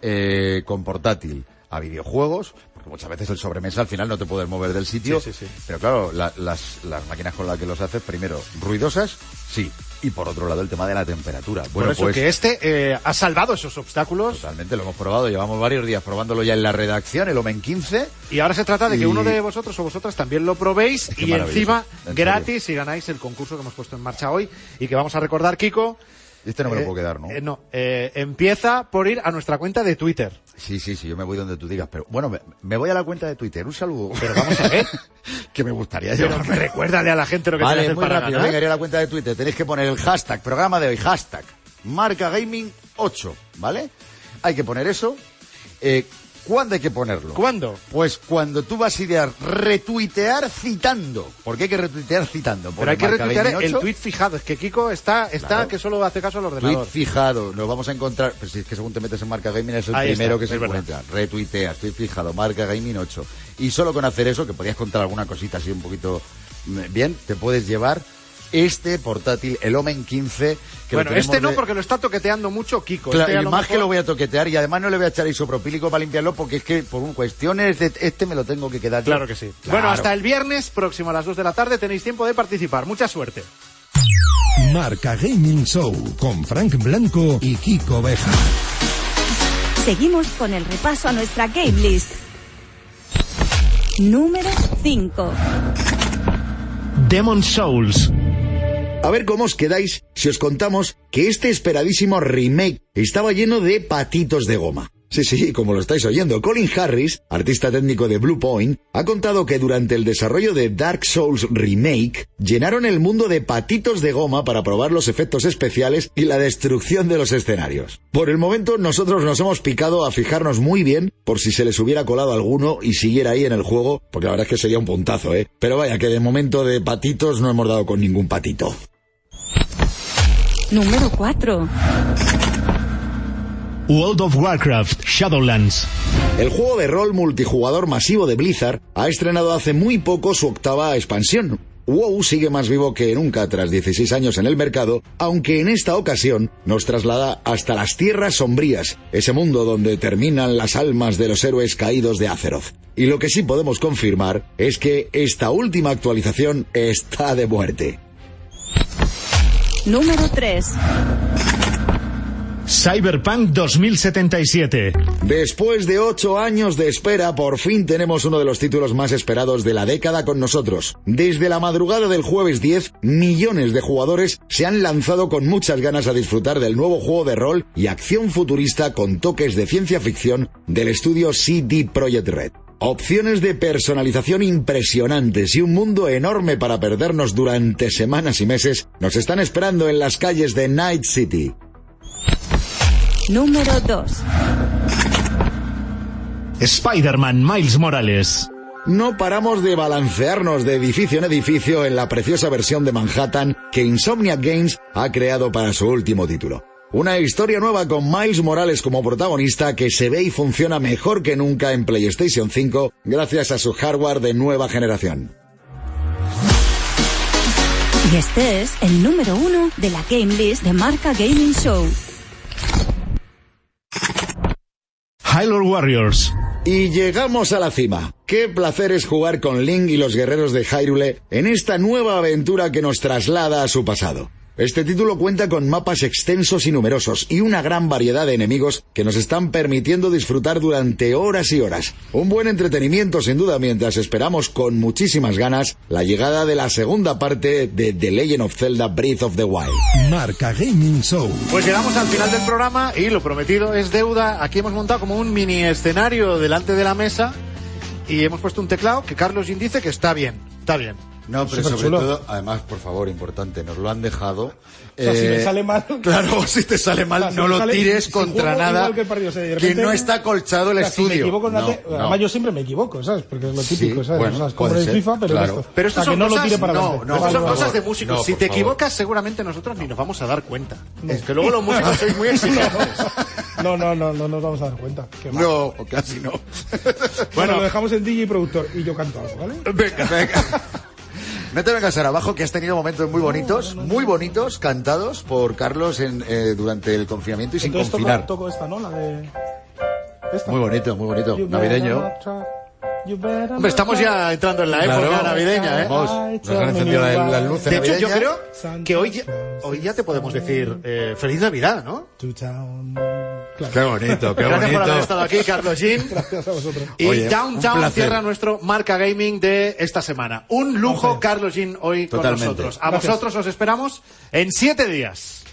eh, con portátil a videojuegos, porque muchas veces el sobremesa al final no te puedes mover del sitio.
Sí, sí, sí.
Pero claro, la- las, las máquinas con las que los haces, primero, ruidosas, sí. Y por otro lado, el tema de la temperatura. Bueno,
Por eso
pues
que este eh, ha salvado esos obstáculos.
totalmente lo hemos probado. Llevamos varios días probándolo ya en la redacción, el Omen 15.
Y ahora se trata de que
Y-
uno de vosotros o vosotras también lo probéis
Es
y
que maravilloso,
encima
en
gratis y ganáis el concurso que hemos puesto en marcha hoy y que vamos a recordar, Kiko.
Este no me lo
eh,
puedo quedar, ¿no?
eh, no, eh, empieza por ir a nuestra cuenta de Twitter.
Sí, sí, sí, yo me voy donde tú digas, pero bueno, me, me voy a la cuenta de Twitter, un saludo.
Pero vamos a ver.
que me gustaría
Pero
llevarme.
recuérdale a la gente lo que tiene que
Vale,
hacer
muy
para
rápido.
ganar.
Venga, iré a la cuenta de Twitter. Tenéis que poner el hashtag, programa de hoy, hashtag, marca gaming 8, ¿vale? Hay que poner eso. Eh,
¿Cuándo hay que ponerlo?
¿Cuándo?
Pues cuando tú vas a idear retuitear citando. Porque hay que retuitear citando.
Pero hay que retuitear el tweet fijado. Es que Kiko está, está claro. que solo hace caso al ordenador.
Tweet fijado. Nos vamos a encontrar. Pues si es que según te metes en Marca Gaming es el Ahí primero está, que se encuentra. Retuiteas, tweet fijado, Marca Gaming 8. Y solo con hacer eso, que podías contar alguna cosita así un poquito mm, bien, te puedes llevar este portátil, el Omen 15.
Que bueno, este no, de... porque lo está toqueteando mucho Kiko.
Claro,
este
y más mejor... que lo voy a toquetear y además no le voy a echar isopropílico para limpiarlo porque es que por cuestiones de este me lo tengo que quedar.
Claro yo. que sí. Claro. Bueno, hasta el viernes próximo a las 2 de la tarde tenéis tiempo de participar. Mucha suerte.
Marca Gaming Show con Frank Blanco y Kiko Beja.
Seguimos con el repaso a nuestra game list. Número 5.
Demon Souls.
A ver cómo os quedáis si os contamos que este esperadísimo remake estaba lleno de patitos de goma. Sí, sí, como lo estáis oyendo, Colin Harris, artista técnico de Blue Point, ha contado que durante el desarrollo de Dark Souls Remake, llenaron el mundo de patitos de goma para probar los efectos especiales y la destrucción de los escenarios. Por el momento, nosotros nos hemos picado a fijarnos muy bien por si se les hubiera colado alguno y siguiera ahí en el juego, porque la verdad es que sería un puntazo, ¿eh? Pero vaya, que de momento de patitos no hemos dado con ningún patito.
Número 4.
World of Warcraft Shadowlands.
El juego de rol multijugador masivo de Blizzard ha estrenado hace muy poco su octava expansión. WoW sigue más vivo que nunca tras 16 años en el mercado, aunque en esta ocasión nos traslada hasta las tierras sombrías, ese mundo donde terminan las almas de los héroes caídos de Azeroth. Y lo que sí podemos confirmar es que esta última actualización está de muerte.
Número 3.
Cyberpunk 2077.
Después de ocho años de espera, por fin tenemos uno de los títulos más esperados de la década con nosotros. Desde la madrugada del jueves 10, millones de jugadores se han lanzado con muchas ganas a disfrutar del nuevo juego de rol y acción futurista con toques de ciencia ficción del estudio CD Projekt Red. Opciones de personalización impresionantes y un mundo enorme para perdernos durante semanas y meses nos están esperando en las calles de Night City.
Número 2.
Spider-Man Miles Morales.
No paramos de balancearnos de edificio en edificio en la preciosa versión de Manhattan que Insomniac Games ha creado para su último título. Una historia nueva con Miles Morales como protagonista que se ve y funciona mejor que nunca en PlayStation 5 gracias a su hardware de nueva generación.
Y este es el número uno de la Game List de Marca Gaming Show.
Hyrule Warriors.
Y llegamos a la cima. Qué placer es jugar con Link y los guerreros de Hyrule en esta nueva aventura que nos traslada a su pasado. Este título cuenta con mapas extensos y numerosos y una gran variedad de enemigos que nos están permitiendo disfrutar durante horas y horas. Un buen entretenimiento sin duda mientras esperamos con muchísimas ganas la llegada de la segunda parte de The Legend of Zelda Breath of the Wild.
Marca Gaming Show.
Pues llegamos al final del programa y lo prometido es deuda. Aquí hemos montado como un mini escenario delante de la mesa y hemos puesto un teclado que Carlos Gin dice que está bien, está bien.
No, pero sobre chulo. todo, además, por favor, importante, nos lo han dejado.
O sea, eh, si me sale mal.
Claro, si te sale mal, o sea, no si lo sale, tires si contra nada.
Que, partido, o sea,
repente, que, no está colchado el o estudio. Si
me equivoco,
no,
no, además, no. yo siempre me equivoco, ¿sabes? Porque es lo típico, sí, ¿sabes? Bueno, las compras de FIFA, pero
claro.
esto. Pero esto son que no cosas, lo tire para
no, no, son favor, cosas de músicos. si te favor. equivocas, seguramente nosotros ni nos vamos a dar cuenta. Es que luego los músicos sois muy exigentes.
No, no, no, no nos vamos a dar cuenta.
No, casi no.
Bueno, lo dejamos en DJ productor y yo canto algo, ¿vale?
Venga, venga. No te vengas ahora abajo, que has tenido momentos muy bonitos, no, no, no, muy bonitos, cantados por Carlos en, eh, durante el confinamiento y
Entonces
sin confinar.
Toco, toco esta, ¿no? La de...
Esta. Muy bonito, muy bonito. You Navideño.
Hombre, estamos ya entrando en la época claro, navideña, ¿eh?
Nos han encendido la, las luces
De hecho, yo
navideñas.
creo que hoy ya, hoy ya te podemos decir eh, Feliz Navidad, ¿no?
Claro. Qué bonito, qué bonito.
Gracias por haber estado aquí, Carlos Jean.
Gracias a vosotros.
Y Oye, Downtown cierra nuestro marca gaming de esta semana. Un lujo, okay. Carlos Jean, hoy Totalmente. con nosotros. A Gracias. vosotros os esperamos en siete días.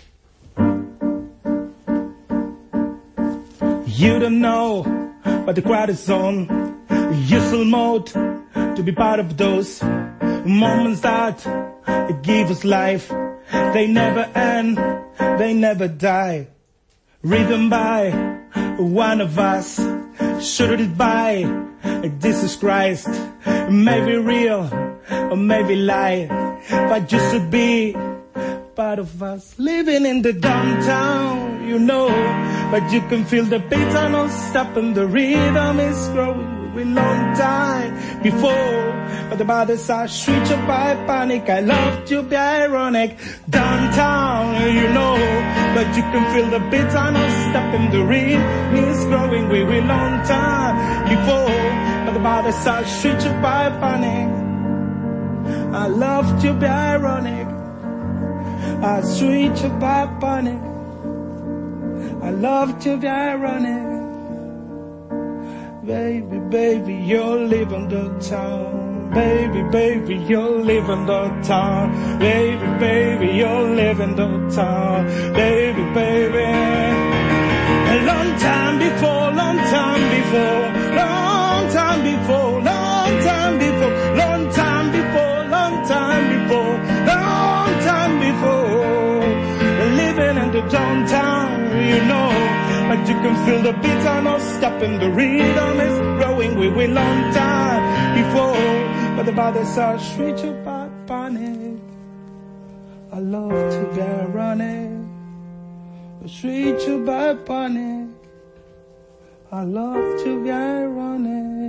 You don't know what the crowd is on. Useful mode to be part of those moments that give us life. They never end, they never die. Rhythm by one of us should it by Jesus Christ. Maybe real or maybe lie, but you should be part of us living in the downtown, you know. But you can feel the beat are non stop and the rhythm is growing. We long time before, but the bodies are switched up by panic. I love to be ironic downtown, you know. But you can feel the beat are non stop and the rhythm is growing. We will long time before, but the bodies are switched up by panic. I love to be ironic. I switch about panic. I love to be ironic. Baby, baby, you're leaving the town. Baby, baby, you're leaving the town. Baby, baby, you're leaving the town. Baby, baby. A long time before, long time before, long time before, long time before, long time before, long time before, long time before. Living in the downtown, you know. But you can feel the beat are not stopping. The rhythm is growing. We were long time before. But the bodies are sweet about panic. I love to be running. Sweet to be panic. I love to be running.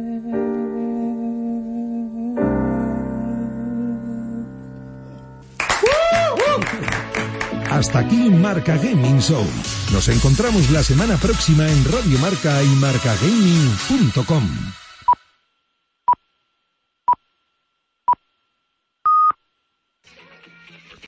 Hasta aquí Marca Gaming Show. Nos encontramos la semana próxima en Radio Marca y marcagaming.com.